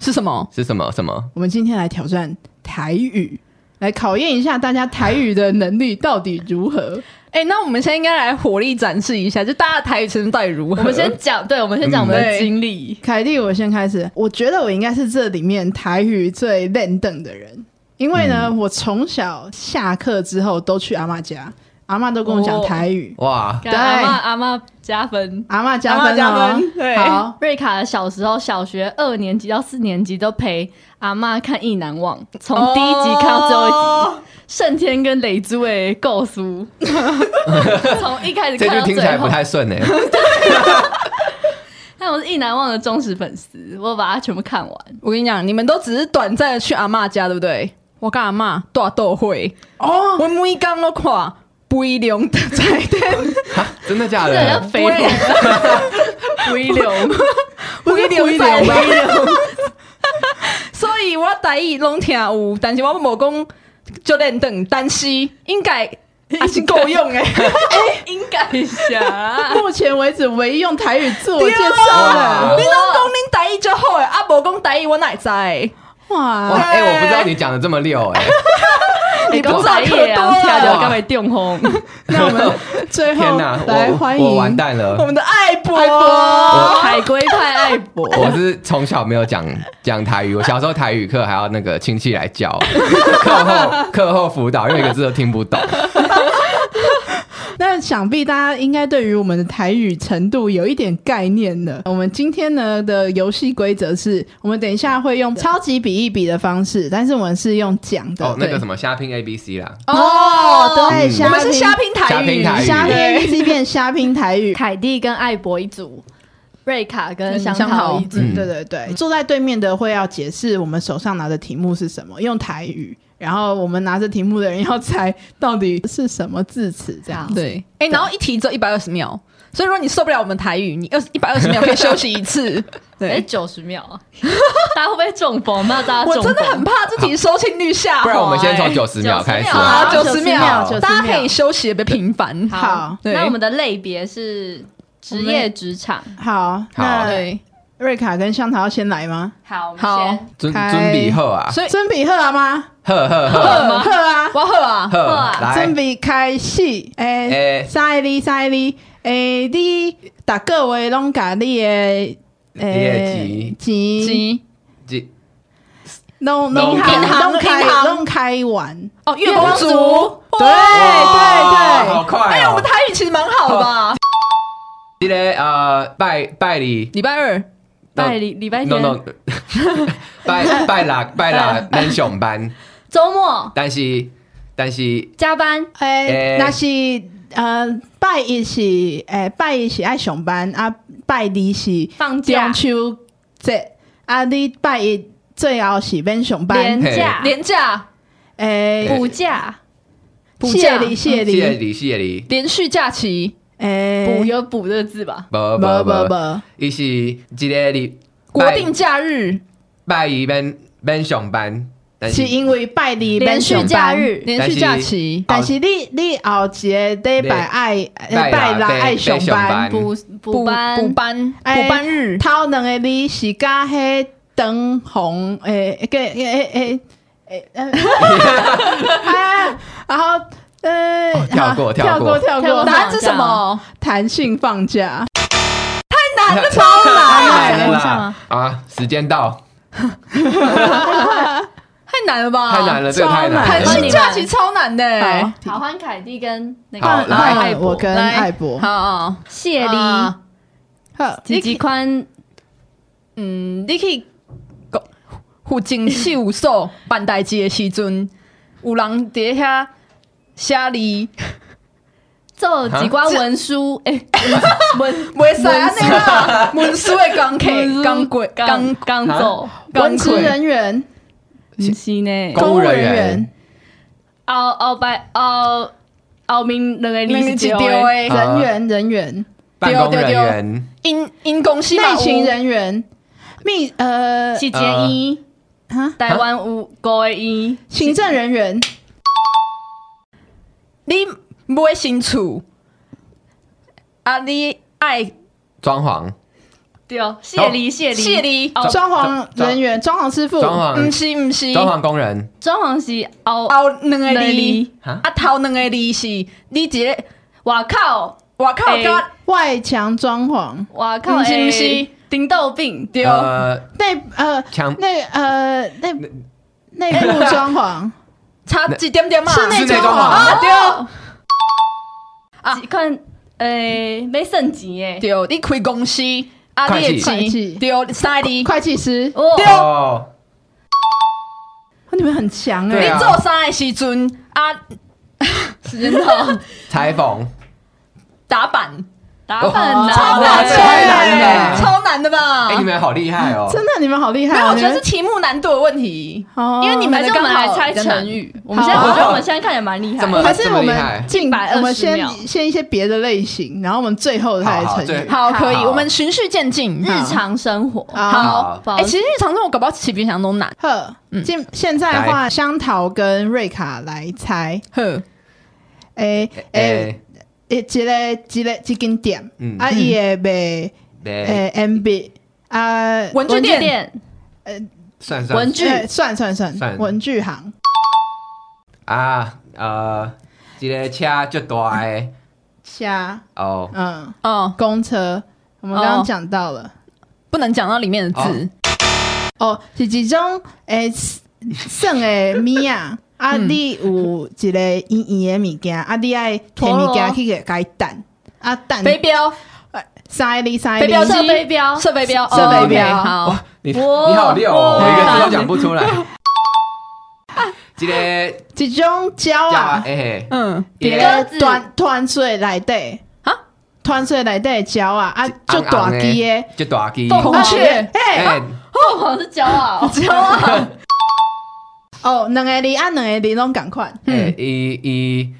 Speaker 1: 是什么？
Speaker 4: 是什么什么？
Speaker 2: 我们今天来挑战台语，来考验一下大家台语的能力到底如何。
Speaker 1: 哎、那我们现在应该来火力展示一下，就大家的台语程度到底如何？
Speaker 3: 我们先讲，对，我们先讲我
Speaker 4: 嗯
Speaker 3: 们的
Speaker 1: 对
Speaker 3: 经历。
Speaker 2: 凯蒂，我先开始。我觉得我应该是这里面台语最认等的人，因为呢，
Speaker 4: 嗯
Speaker 2: 我从小下课之后都去阿妈家，阿妈都跟我讲
Speaker 3: 哦
Speaker 2: 台语，
Speaker 4: 哇，
Speaker 3: 给阿妈阿妈加分。
Speaker 2: 阿妈加
Speaker 1: 阿嬷
Speaker 2: 分
Speaker 1: 加
Speaker 2: 哦
Speaker 1: 分对
Speaker 2: 好，
Speaker 3: 瑞卡小时候小学二年级到四年级都陪阿妈看《意难忘》，从第一集看到最后一集，盛天跟雷珠诶构书， (laughs) 从一开始
Speaker 4: 这
Speaker 3: 看
Speaker 4: 句
Speaker 3: 到
Speaker 4: 听起来
Speaker 3: 最
Speaker 4: 不
Speaker 3: 后。
Speaker 4: 太顺哎。
Speaker 3: 但我是《意难忘》的忠实粉丝，我把它全部看完。
Speaker 1: 我跟你讲，你们都只是短暂的去阿嬷家，对不对？我跟阿嬷大斗会，
Speaker 2: 哦，
Speaker 1: 我每天都看不一样的彩电，
Speaker 4: 哈真的假
Speaker 3: 这人家
Speaker 4: 的？
Speaker 3: 肥龙，
Speaker 1: (laughs)
Speaker 3: 肥龙，
Speaker 1: 不一
Speaker 2: 不一
Speaker 1: 彩
Speaker 2: 样
Speaker 1: 电。所以我台语拢听有，但是我无讲就练等，但是应该还是够用
Speaker 3: (laughs)
Speaker 1: 诶、
Speaker 3: 哎应该啊一下。
Speaker 1: (laughs)
Speaker 2: 目前为止唯一用台语自我介绍的，
Speaker 4: 啊
Speaker 1: 你拢讲恁台语就好诶，啊无讲台语我哪会知道？
Speaker 4: 哇，
Speaker 2: 哇！
Speaker 4: 哎，我不知道你讲的这么溜哎。
Speaker 3: 你
Speaker 1: 不知道
Speaker 3: 白
Speaker 1: 可多
Speaker 3: 眼啊，
Speaker 1: 了
Speaker 3: 跳掉刚才中红，
Speaker 2: 那我们最
Speaker 4: 天
Speaker 2: 后
Speaker 4: 哪，
Speaker 2: 来欢
Speaker 4: 我我完
Speaker 2: 迎
Speaker 4: 蛋
Speaker 1: 我
Speaker 4: 了。
Speaker 1: 们的艾博，
Speaker 3: 海龟派艾博。
Speaker 4: (laughs) 我是从小没有讲讲台语，我小时候台语课还要那个亲戚来教， (laughs) 课后课后辅导，因为一个字都听不懂。
Speaker 2: 那想必大家应该对于我们的台语程度有一点概念了。我们今天呢的游戏规则是，我们等一下会用超级比一比的方式，但是我们是用讲的。
Speaker 4: 哦，那
Speaker 2: 对
Speaker 4: 个什么虾拼 A B C 啦，
Speaker 2: 哦，对，
Speaker 4: 嗯
Speaker 2: 虾
Speaker 1: 我们是
Speaker 2: 拼
Speaker 1: 虾拼台
Speaker 4: 虾
Speaker 1: 语，
Speaker 4: 拼台语
Speaker 2: 虾拼 A B 变虾拼台语。
Speaker 3: 凯蒂跟艾博一组，瑞卡跟香
Speaker 1: 嗯香
Speaker 3: 桃
Speaker 1: 桃
Speaker 3: 一组。
Speaker 4: 嗯
Speaker 2: 对对对，坐在对面的会要解释我们手上拿的题目是什么，用台语，然后我们拿着题目的人要猜到底是什么字词，这样。
Speaker 1: 对，哎、然后一题只有一百二十秒，所以如果你受不了我们台语，你二一百二十秒可以休息一次。
Speaker 3: (laughs) 哎，
Speaker 1: 对，
Speaker 3: 九十秒啊， (laughs) 大家会不会中风？那大家
Speaker 1: 我
Speaker 3: 中
Speaker 1: 真的很
Speaker 3: 风。
Speaker 1: 怕这题收听率下滑、
Speaker 4: 不然我们先从
Speaker 1: 哎
Speaker 4: 九十秒开
Speaker 3: 90
Speaker 4: 始
Speaker 3: 秒
Speaker 4: 啊。
Speaker 1: 好
Speaker 3: 好
Speaker 1: 九十秒
Speaker 2: 90秒，
Speaker 1: 大家可以休息的频繁。
Speaker 2: 好
Speaker 1: 对
Speaker 3: 那我们的类别是职业职场，
Speaker 2: 好，
Speaker 4: 好
Speaker 2: 那
Speaker 1: 对，
Speaker 2: 瑞卡跟香桃要先来吗？
Speaker 3: 好，我们
Speaker 1: 好
Speaker 3: 先
Speaker 4: 尊
Speaker 2: 开
Speaker 4: 尊比贺啊，
Speaker 1: 所以
Speaker 2: 真比贺啊吗？
Speaker 4: 贺贺
Speaker 2: 贺
Speaker 4: 贺
Speaker 1: 吗
Speaker 2: 啊！
Speaker 1: 我要喝啊，
Speaker 4: 贺
Speaker 3: 啊，
Speaker 4: 来
Speaker 2: 真，比开戏，诶、
Speaker 4: 诶
Speaker 2: 欸，赛哩赛哩，诶、你逐个月拢甲你的
Speaker 4: 业绩
Speaker 2: 钱
Speaker 1: 鸡
Speaker 4: 几
Speaker 2: 拢拢
Speaker 4: 拢
Speaker 2: 开
Speaker 1: 银行
Speaker 2: 拢
Speaker 1: 银
Speaker 2: 开
Speaker 1: 行
Speaker 2: 拢开完，
Speaker 1: 哦，月光
Speaker 2: 月
Speaker 1: 族
Speaker 2: 光，族对
Speaker 4: 哇
Speaker 2: 对对
Speaker 4: 好快哦！
Speaker 1: 哎呀，我们台语其实蛮好的吧？
Speaker 4: 今天呃拜拜礼
Speaker 1: 礼拜二
Speaker 3: (laughs) 拜礼礼拜
Speaker 4: ，no
Speaker 3: 天 (laughs)
Speaker 4: no，拜拜啦拜啦，咱上班，
Speaker 3: 周末
Speaker 4: 但是但是
Speaker 3: 加班，
Speaker 2: 诶、
Speaker 4: 欸
Speaker 2: 若是。呃，拜一是诶、拜一是爱上班啊，拜二是
Speaker 3: 放假
Speaker 2: 中秋节啊，你拜一最后是免上班
Speaker 3: 年
Speaker 4: 嘿
Speaker 3: 假、
Speaker 1: 年假
Speaker 2: 诶，
Speaker 3: 补假、
Speaker 1: 补
Speaker 2: 谢
Speaker 1: 假
Speaker 2: 礼谢
Speaker 4: 谢
Speaker 2: 礼，
Speaker 4: 礼谢礼，
Speaker 1: 连续假期
Speaker 2: 诶，
Speaker 3: 补有补这个字吧？
Speaker 4: 不
Speaker 2: 不
Speaker 4: 不
Speaker 2: 不
Speaker 4: 不，
Speaker 2: 不，
Speaker 4: 伊是一个礼
Speaker 1: 国定假日
Speaker 4: 拜一免免上班，但
Speaker 2: 是因为拜礼
Speaker 3: 连
Speaker 2: 免
Speaker 3: 续
Speaker 2: 上
Speaker 3: 假
Speaker 2: 班。
Speaker 3: 日
Speaker 1: 连续假期
Speaker 2: 但是你你后一个礼拜爱
Speaker 4: 拜
Speaker 2: 拜六
Speaker 4: 拜
Speaker 2: 爱上班
Speaker 4: 拜，
Speaker 3: 补补班
Speaker 1: 补班补
Speaker 2: 哎
Speaker 1: 班日
Speaker 2: 头两个你是甲迄灯红诶，个诶诶诶诶，啊，然后呃，
Speaker 4: 跳过
Speaker 2: 啊
Speaker 4: 跳
Speaker 2: 跳
Speaker 4: 过
Speaker 2: 跳
Speaker 3: 跳过
Speaker 2: 过，
Speaker 1: 答案是什么？
Speaker 2: 弹性放假，
Speaker 4: 难超 (laughs)
Speaker 3: 难
Speaker 4: 难
Speaker 3: 了
Speaker 4: 了啊！时间到，
Speaker 1: 太难了吧？
Speaker 4: 太难了，这个太难
Speaker 1: 弹
Speaker 4: 了。
Speaker 1: 性假期啊超难的欸。
Speaker 2: 好
Speaker 3: 好，欢凯蒂跟那
Speaker 4: 好
Speaker 3: 个
Speaker 4: 来
Speaker 1: 啊
Speaker 2: 换
Speaker 3: 艾博
Speaker 2: 我跟
Speaker 1: 来
Speaker 2: 艾博，
Speaker 1: 好好，
Speaker 3: 谢礼、
Speaker 1: 啊
Speaker 2: 好
Speaker 3: 吉吉宽、
Speaker 1: 嗯，你去讲附近事务所办代志的时阵，有人伫遐写字，
Speaker 3: 做几挂文书，哎，文
Speaker 1: 袂使安尼啦，文书的工
Speaker 3: 文
Speaker 1: 课、
Speaker 3: 书
Speaker 1: 工过、
Speaker 3: 刚
Speaker 1: 工
Speaker 3: 刚走，
Speaker 2: 文职人员、
Speaker 3: 不是呢，
Speaker 4: 公务人员
Speaker 3: 奥奥白哦奥奥明两个
Speaker 1: 你
Speaker 3: 字
Speaker 1: 是
Speaker 3: 是
Speaker 1: 几
Speaker 3: 丢
Speaker 1: 丢
Speaker 3: 的，
Speaker 1: 诶？
Speaker 2: 人员人员、
Speaker 4: 办公人
Speaker 1: 对
Speaker 4: 员，
Speaker 1: 因因公司嘛
Speaker 2: 内勤
Speaker 1: 有
Speaker 2: 人员、密呃
Speaker 3: 是间一
Speaker 2: 啊
Speaker 3: 台湾有五个一，
Speaker 2: 行政人员。
Speaker 1: 你买新厝，啊，你爱
Speaker 4: 装潢，
Speaker 3: 对，哦谢礼谢礼
Speaker 1: 谢礼
Speaker 3: 哦
Speaker 2: 装潢人员、装潢师傅、
Speaker 4: 装
Speaker 1: 毋
Speaker 3: 嗯
Speaker 4: 潢，
Speaker 1: 是毋是，
Speaker 4: 装潢工人
Speaker 3: 装潢是哦奥
Speaker 1: 后两个
Speaker 3: 两个
Speaker 1: 字
Speaker 3: 字，
Speaker 4: 啊
Speaker 1: 啊，头两个字是你一个
Speaker 3: 哇靠
Speaker 1: 外口
Speaker 3: 欸
Speaker 1: 甲
Speaker 2: 外墙装潢、
Speaker 3: 哇靠，
Speaker 1: 不是
Speaker 3: 欸
Speaker 1: 不是
Speaker 3: 顶豆病，
Speaker 1: 对，
Speaker 4: 呃，
Speaker 2: 内呃
Speaker 4: 墙
Speaker 2: 内呃内内部装潢、
Speaker 1: 差一点点嘛，
Speaker 2: 室
Speaker 4: 室
Speaker 2: 内
Speaker 4: 内
Speaker 2: 装
Speaker 4: 装
Speaker 2: 潢
Speaker 4: 潢、
Speaker 1: 对啊
Speaker 3: 几款诶没省钱诶，
Speaker 1: 对，你开公司，啊，
Speaker 4: 会
Speaker 1: 你的
Speaker 4: 计
Speaker 2: 会计
Speaker 1: 钱，对，三个字，你
Speaker 2: 会计师，
Speaker 3: 哦
Speaker 1: 对
Speaker 4: 哦，
Speaker 2: 你们很强
Speaker 4: 对
Speaker 2: 哎
Speaker 4: 啊！
Speaker 1: 做三的时阵啊，时间到，
Speaker 4: 裁缝，
Speaker 1: 打板，
Speaker 3: 打扮啊
Speaker 2: 哦
Speaker 3: 打
Speaker 1: 超
Speaker 3: 扮
Speaker 1: 难，
Speaker 4: 对
Speaker 1: 超
Speaker 4: 太
Speaker 1: 难
Speaker 4: 难了
Speaker 1: 的，超难的吧
Speaker 4: 哎，？你们好厉害哦！
Speaker 2: 真的，你们好厉害
Speaker 1: 没
Speaker 2: 哦！
Speaker 1: 有，我觉得是题目难度的问题，
Speaker 2: 哦
Speaker 1: 因为你
Speaker 3: 还
Speaker 1: 们的
Speaker 3: 是我
Speaker 1: 刚
Speaker 3: 们来
Speaker 1: 好
Speaker 3: 猜
Speaker 1: 比较难
Speaker 3: 成语，我们现在
Speaker 1: 好
Speaker 3: 我觉得我们现在看起来蛮厉害
Speaker 4: 这么
Speaker 3: 的，
Speaker 2: 还是我
Speaker 4: 这么厉
Speaker 2: 们
Speaker 4: 害
Speaker 2: 进
Speaker 3: 120
Speaker 2: 我们先
Speaker 3: 秒
Speaker 2: 先一些别的类型，然后我们最后才
Speaker 4: 好好
Speaker 2: 成
Speaker 4: 最
Speaker 2: 语。
Speaker 1: 好，可以，
Speaker 4: 好
Speaker 1: 我们循序渐进，
Speaker 3: 日常生活，
Speaker 2: 好
Speaker 1: 嗯好，哎，其实日常中我搞不好其实比想象中难，
Speaker 2: 呵，
Speaker 4: 嗯
Speaker 2: 现现在的话，香桃跟瑞卡来猜，
Speaker 1: 呵，
Speaker 2: 诶诶，
Speaker 4: 哎，
Speaker 2: 一个一个一间店
Speaker 4: 嗯，
Speaker 2: 啊，伊会卖
Speaker 4: 对，
Speaker 2: 诶 MB 啊，
Speaker 1: 文具店，
Speaker 4: 算
Speaker 3: 文
Speaker 4: 算
Speaker 3: 具
Speaker 2: 呃算算算
Speaker 4: 算
Speaker 2: 文具行。
Speaker 4: 啊，呃，一个车就大的
Speaker 2: 虾，
Speaker 4: 哦，
Speaker 2: 嗯，
Speaker 1: 哦，
Speaker 2: 公车，我们
Speaker 1: 哦
Speaker 2: 刚刚讲到了
Speaker 1: 不能讲到里面的字
Speaker 4: 哦，
Speaker 2: 哦，是一种诶剩诶
Speaker 1: (laughs)
Speaker 2: 物啊，啊，
Speaker 1: 嗯
Speaker 2: 你有一个圆圆的物件，啊，你爱摕物件去给改蛋，啊蛋，
Speaker 1: 飞镖，
Speaker 2: 塞哩塞
Speaker 1: 飞
Speaker 2: 哩，
Speaker 1: 镖
Speaker 3: 射飞镖，
Speaker 1: 射飞镖，
Speaker 2: 射
Speaker 4: 飞镖
Speaker 1: 哦，OK，好。
Speaker 4: 你你
Speaker 3: 哇
Speaker 4: 好溜哦，
Speaker 3: 哇
Speaker 4: 我一个字都讲不出来。一个
Speaker 2: 一种鸟
Speaker 4: 叫
Speaker 2: 啊，
Speaker 4: 哎，
Speaker 1: 嗯，
Speaker 4: 一
Speaker 2: 一
Speaker 4: 个
Speaker 2: 个
Speaker 3: 鸽子
Speaker 2: 团团水内底
Speaker 1: 啊，
Speaker 2: 团水内底的鸟啊，啊，就大只的，
Speaker 4: 就大鸡，
Speaker 1: 洞孔雀
Speaker 2: 哎，
Speaker 4: 哎，
Speaker 3: 凤凰哦是骄 (laughs) 傲，
Speaker 1: 骄傲，
Speaker 2: 哦，两个字啊，两个字拢共款，
Speaker 4: 哎，伊伊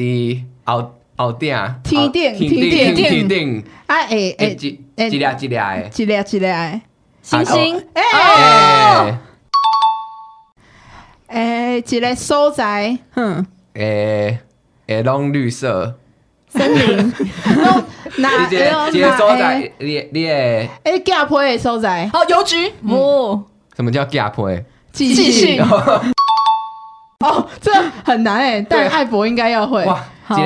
Speaker 4: 伫后后顶，啊
Speaker 2: 天顶
Speaker 4: 后天
Speaker 2: 天
Speaker 4: 顶，
Speaker 2: 顶
Speaker 4: 天顶，
Speaker 2: 啊，会
Speaker 4: 哎，
Speaker 2: 会
Speaker 4: 一
Speaker 2: 哎
Speaker 4: 一俩一俩的，啊哦
Speaker 2: 一粒一粒的。
Speaker 3: 星星，
Speaker 1: 哦
Speaker 2: 哎
Speaker 4: 哎
Speaker 2: 哎，一个所在，
Speaker 1: 嗯，
Speaker 4: 哎哎，拢绿色，
Speaker 2: (laughs) 拢哪
Speaker 4: (laughs) 你接接收在列列
Speaker 2: 哎，gap 会收窄，
Speaker 1: 哦，邮局
Speaker 3: 哦，
Speaker 4: 什么叫 gap 哎？
Speaker 2: 继
Speaker 1: 寄信
Speaker 2: 续哦，这很难哎，但艾博应该要会。
Speaker 4: 哇，一个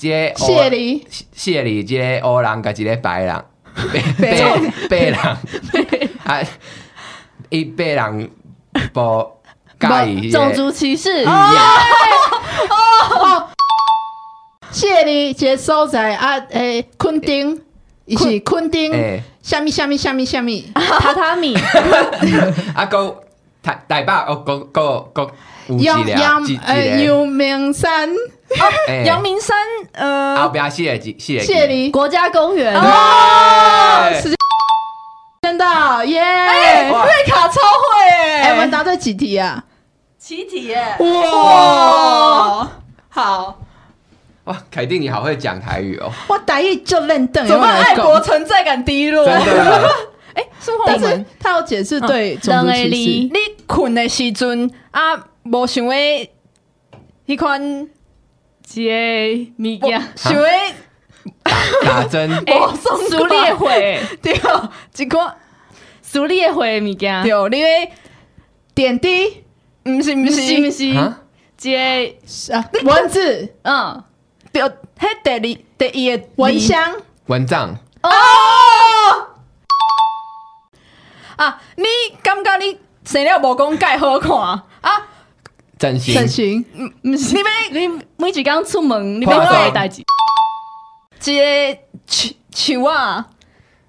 Speaker 4: 一个黑
Speaker 2: 谢礼
Speaker 4: 谢礼，一个黑人甲一个白人，白白人啊，伊白人无介意
Speaker 3: 种族歧视，
Speaker 2: 谢礼接收窄啊，哎，昆丁，一起昆丁，
Speaker 4: 诶，
Speaker 2: 下面下面下面下面，
Speaker 3: 榻榻米，
Speaker 4: 啊个台台北哦，个个个有一
Speaker 2: 阳
Speaker 4: 个
Speaker 2: 阳
Speaker 4: 一
Speaker 2: 哎，
Speaker 4: 一个
Speaker 2: 阳明山，
Speaker 4: 诶
Speaker 1: 阳明山，呃，
Speaker 4: 后壁写的写
Speaker 2: 谢礼
Speaker 3: 国家公园，
Speaker 4: 哦
Speaker 2: 时间真的耶！哎
Speaker 4: 哇
Speaker 1: 瑞卡超会哎、
Speaker 2: 我们答对几题啊？
Speaker 3: 奇体耶，
Speaker 2: 哇！
Speaker 3: 好，
Speaker 4: 哇，凯蒂你好会讲台语哦，
Speaker 2: 我打一就认凳，
Speaker 1: 怎么
Speaker 2: 有没有
Speaker 1: 爱国
Speaker 2: 讲？
Speaker 1: 存在感低落？
Speaker 4: 真的。
Speaker 1: 哎、是不是我
Speaker 2: 但是
Speaker 1: 们
Speaker 2: 他有解释对种
Speaker 3: 人
Speaker 2: 族
Speaker 3: 的
Speaker 2: 歧
Speaker 3: 理
Speaker 2: 视，
Speaker 1: 你困的时阵啊，无想要迄款，
Speaker 3: 杰米
Speaker 1: 我
Speaker 3: 亚，
Speaker 1: 想要
Speaker 4: 打针，
Speaker 3: 哎
Speaker 1: 我送
Speaker 3: 苏烈毁，
Speaker 1: 对，哦一款
Speaker 3: 苏烈毁米亚，
Speaker 1: 对，哦你要
Speaker 2: 点滴
Speaker 1: 毋是毋
Speaker 3: 不是不
Speaker 1: 是
Speaker 4: 啊
Speaker 3: 是，杰，
Speaker 2: 啊，文字
Speaker 3: 嗯，
Speaker 1: 对，迄第二第一个
Speaker 2: 蚊香
Speaker 4: 蚊帐，
Speaker 1: 哦啊，你感觉你生了无讲介好看啊？
Speaker 4: 整形，
Speaker 2: 整形，
Speaker 3: 不是
Speaker 1: 你要
Speaker 3: 你每一刚出门，你
Speaker 4: 化
Speaker 3: 要
Speaker 4: 妆
Speaker 3: 做的代志，
Speaker 1: 一个树树
Speaker 3: (laughs)
Speaker 1: 啊，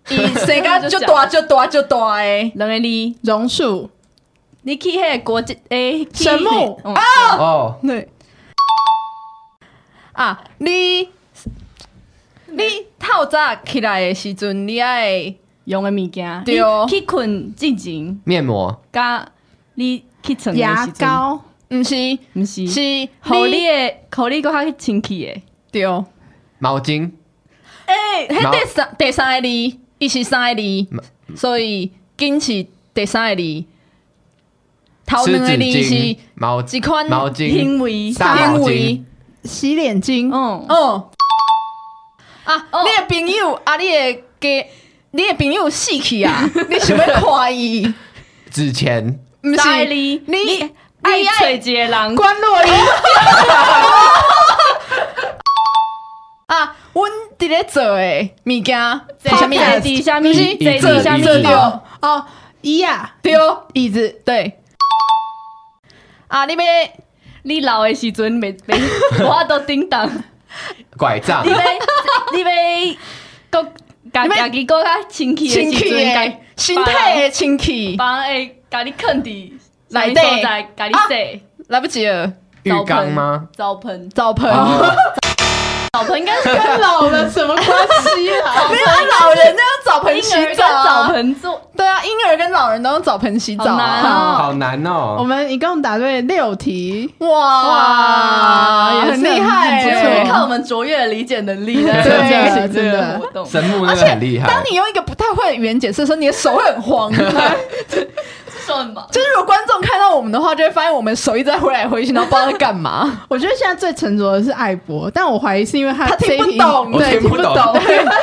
Speaker 1: 伊生甲足大足大足大诶，
Speaker 3: 人的你。
Speaker 2: 榕树，
Speaker 3: 你去迄个国际诶，去
Speaker 2: 神木
Speaker 3: 嗯
Speaker 4: 哦，
Speaker 2: 对，
Speaker 1: 啊，你你透早起来的时阵，你爱
Speaker 3: 用的物件，
Speaker 1: 对
Speaker 3: 你去困之前，
Speaker 4: 面膜，
Speaker 3: 甲你去床的
Speaker 2: 牙
Speaker 3: 时阵，
Speaker 2: 膏，
Speaker 1: 毋是
Speaker 3: 毋是，
Speaker 1: 是
Speaker 3: 互你的，互你搁较清气的，
Speaker 1: 对，
Speaker 4: 毛巾，
Speaker 1: 诶、
Speaker 4: 然后
Speaker 1: 迄第三第三个字，伊是三个字，所以紧是第三个字，头
Speaker 4: 湿
Speaker 1: 两个
Speaker 4: 纸
Speaker 1: 字
Speaker 4: 巾
Speaker 1: 是，
Speaker 4: 毛
Speaker 1: 一款
Speaker 4: 毛巾，
Speaker 3: 因为，
Speaker 4: 大
Speaker 1: 纤
Speaker 4: 毛巾
Speaker 1: 维，
Speaker 2: 洗脸巾，
Speaker 3: 嗯，
Speaker 1: 哦啊，
Speaker 3: 哦
Speaker 1: 你的朋友啊，你的家，你的朋友死去啊， (laughs) 你想要看伊？
Speaker 4: 纸钱，
Speaker 1: 毋
Speaker 3: 在
Speaker 1: 是
Speaker 3: 你
Speaker 1: 你
Speaker 3: 你
Speaker 1: 哎
Speaker 3: 你
Speaker 1: 呀
Speaker 3: 找一个人，
Speaker 2: 关洛音，
Speaker 1: 啊，阮伫咧做诶物件，
Speaker 3: 坐
Speaker 1: 啥物
Speaker 3: 坐
Speaker 1: 啊？
Speaker 3: 伫下面，
Speaker 1: 不
Speaker 3: 坐
Speaker 1: 是
Speaker 4: 椅
Speaker 3: 伫
Speaker 4: 子
Speaker 3: 下
Speaker 4: 椅
Speaker 3: 面，
Speaker 4: 子
Speaker 2: 哦哦，一呀，
Speaker 1: 对哦
Speaker 2: 椅子，
Speaker 1: 对。啊，你要
Speaker 3: 你老的时阵袂袂，我都叮当，
Speaker 4: 拐杖
Speaker 3: (laughs) 你，要你要搁家
Speaker 1: 你要
Speaker 3: 家己搁较清气
Speaker 1: 清
Speaker 3: 的时
Speaker 1: 气
Speaker 3: 阵，家
Speaker 1: 诶，心态诶，清气，
Speaker 3: 帮诶，家己坑伫
Speaker 1: 内底
Speaker 3: 在家己洗。
Speaker 1: 来不及了，
Speaker 4: 浴缸吗？
Speaker 3: 澡盆，
Speaker 1: 澡盆。
Speaker 4: 哦
Speaker 3: 澡盆应该是
Speaker 2: 跟老了什么关系
Speaker 1: (laughs)
Speaker 2: 啊？
Speaker 1: 没有啊老人都用澡盆
Speaker 3: 婴儿
Speaker 1: 洗
Speaker 3: 跟
Speaker 1: 澡
Speaker 3: 澡
Speaker 1: 啊，
Speaker 3: 盆做，
Speaker 1: 对啊，婴儿跟老人都用澡盆洗澡
Speaker 3: 好
Speaker 1: (laughs)
Speaker 3: 难
Speaker 1: 啊。
Speaker 3: 哦
Speaker 4: 好难
Speaker 2: 我
Speaker 4: 哦，
Speaker 2: 们一共答对六题，
Speaker 1: 哇，
Speaker 2: 也
Speaker 1: 很
Speaker 2: 是
Speaker 1: 厉害
Speaker 2: 很
Speaker 3: 只
Speaker 2: 不
Speaker 3: 有
Speaker 2: 错
Speaker 1: 欸，
Speaker 3: 人看我们卓越的理解能力呢，
Speaker 2: 对
Speaker 4: 啊
Speaker 3: 这
Speaker 2: 真的
Speaker 3: 活动，
Speaker 4: 神木那
Speaker 1: 而
Speaker 4: 个很厉
Speaker 1: 且，
Speaker 4: 害
Speaker 1: 当，你用一个不太会的语言解释的时候，你的手会很慌。
Speaker 3: 算吧。
Speaker 1: (laughs) 就是如果观众看到我们的话，就会发现我们手一直在挥来挥去，然后不知道在干嘛。
Speaker 2: 我觉得现在最沉着的是艾博，但我怀疑是因为
Speaker 1: (laughs)
Speaker 2: 他
Speaker 1: 他
Speaker 2: 这
Speaker 1: 听
Speaker 2: 一
Speaker 1: 不
Speaker 2: 题
Speaker 1: 懂，
Speaker 4: 我
Speaker 1: 对，
Speaker 4: 听
Speaker 1: 听
Speaker 4: 不
Speaker 1: 不
Speaker 4: 懂
Speaker 1: 懂，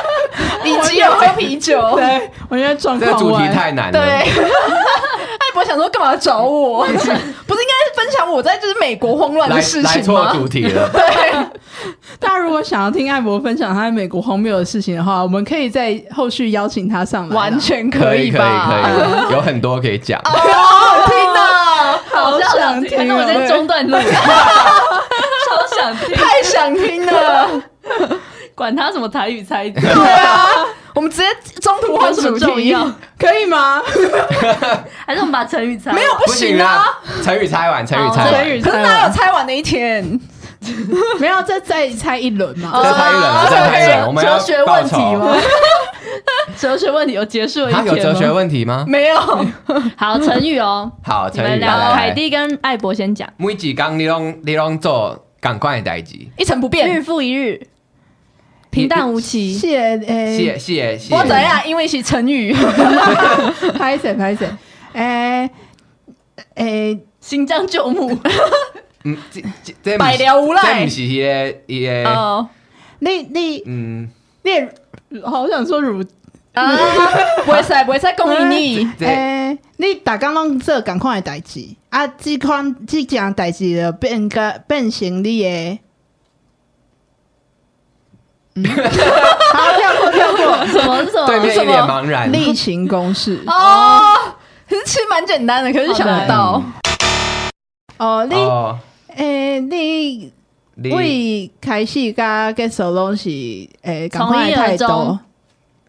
Speaker 1: (laughs) 以及有喝啤 (laughs) 酒，
Speaker 2: (laughs) 对，我现在状
Speaker 4: 这个
Speaker 2: 况
Speaker 4: 主题
Speaker 2: 外
Speaker 4: 太难
Speaker 1: 对。
Speaker 4: 了，
Speaker 1: 艾博想说干嘛找我？ (laughs) 不是应该是分享我在就是美国慌乱
Speaker 4: 来
Speaker 1: 的事
Speaker 4: 来
Speaker 1: 情
Speaker 4: 错
Speaker 1: 吗？
Speaker 4: 主题了，
Speaker 2: 大家如果想要听艾博分享他在美国荒谬的事情的话，我们可以在后续邀请他上来啊。
Speaker 1: 完全
Speaker 4: 可以
Speaker 1: 以
Speaker 4: 可以
Speaker 1: 吧？
Speaker 4: 可以，有很多可以讲，
Speaker 1: 可以，好好听啊的，
Speaker 2: 好想听哦
Speaker 3: 反正我在中断录， (laughs) 超想听，
Speaker 1: 太想听了。
Speaker 3: 管他什么台语猜
Speaker 1: (laughs)
Speaker 3: 字，
Speaker 1: 对啊，我们直接中途换
Speaker 3: 有什
Speaker 1: 主
Speaker 3: 么重
Speaker 1: 题，
Speaker 3: 要？
Speaker 2: 可以吗？ (laughs)
Speaker 3: 还是我们把成语猜？
Speaker 1: 没有，不
Speaker 4: 不行
Speaker 1: 行啊。
Speaker 4: 啦，成语猜完，成语
Speaker 3: 好
Speaker 4: 猜
Speaker 2: 成
Speaker 4: 完
Speaker 2: 语，
Speaker 1: 可是哪有
Speaker 2: 猜
Speaker 1: 猜完的一天？
Speaker 2: 完没有再再猜一轮嘛？
Speaker 4: 再猜一轮啊，再猜一轮，我们要
Speaker 3: 哲学
Speaker 4: 报
Speaker 3: 问题
Speaker 4: 仇。
Speaker 3: 吗？哲学问题有结束了一
Speaker 4: 他
Speaker 3: 天
Speaker 4: 有哲学
Speaker 3: 吗？
Speaker 4: 问题吗？
Speaker 1: 没有，
Speaker 3: (laughs) 好，成语哦，
Speaker 4: 好，
Speaker 3: 你
Speaker 4: 成
Speaker 3: 们
Speaker 4: 语
Speaker 3: 俩，
Speaker 4: 来
Speaker 3: 凯
Speaker 4: 来来，
Speaker 3: 蒂跟艾博先讲，
Speaker 4: 每一工你拢你拢做赶快的代志，
Speaker 1: 一成不
Speaker 3: 日
Speaker 1: 变。
Speaker 3: 复一日，平淡无奇。
Speaker 2: 谢诶
Speaker 4: 谢，谢谢。
Speaker 1: 我怎
Speaker 3: 啊
Speaker 1: 样？因为是成语，
Speaker 3: (laughs)
Speaker 2: 拍谁拍谁？诶诶，
Speaker 3: 行将就木，
Speaker 4: 嗯，这这这不是
Speaker 1: 百聊无赖
Speaker 3: 哦 (laughs)
Speaker 4: 这不是伊个伊个，
Speaker 1: 哦，
Speaker 2: 你你
Speaker 4: 嗯，
Speaker 2: 你好想说乳
Speaker 1: 啊， (laughs) 不会塞，不会塞，恭喜你。
Speaker 4: 这
Speaker 2: 诶、你大工拢做共款诶代志，啊，即款即件代志就变个变成你诶。嗯， (laughs) 好，跳过跳过。
Speaker 3: 什么是什么？
Speaker 4: 对面一脸
Speaker 3: 什么？
Speaker 4: 茫然。
Speaker 2: 例行公事
Speaker 1: 哦，可是其实蛮简单的，可是想得到。
Speaker 2: 哦，你
Speaker 4: 哦，
Speaker 2: 诶、你
Speaker 4: 你
Speaker 2: 为开始甲结束拢是诶，共款诶态
Speaker 3: 从一而
Speaker 2: 度
Speaker 3: 终。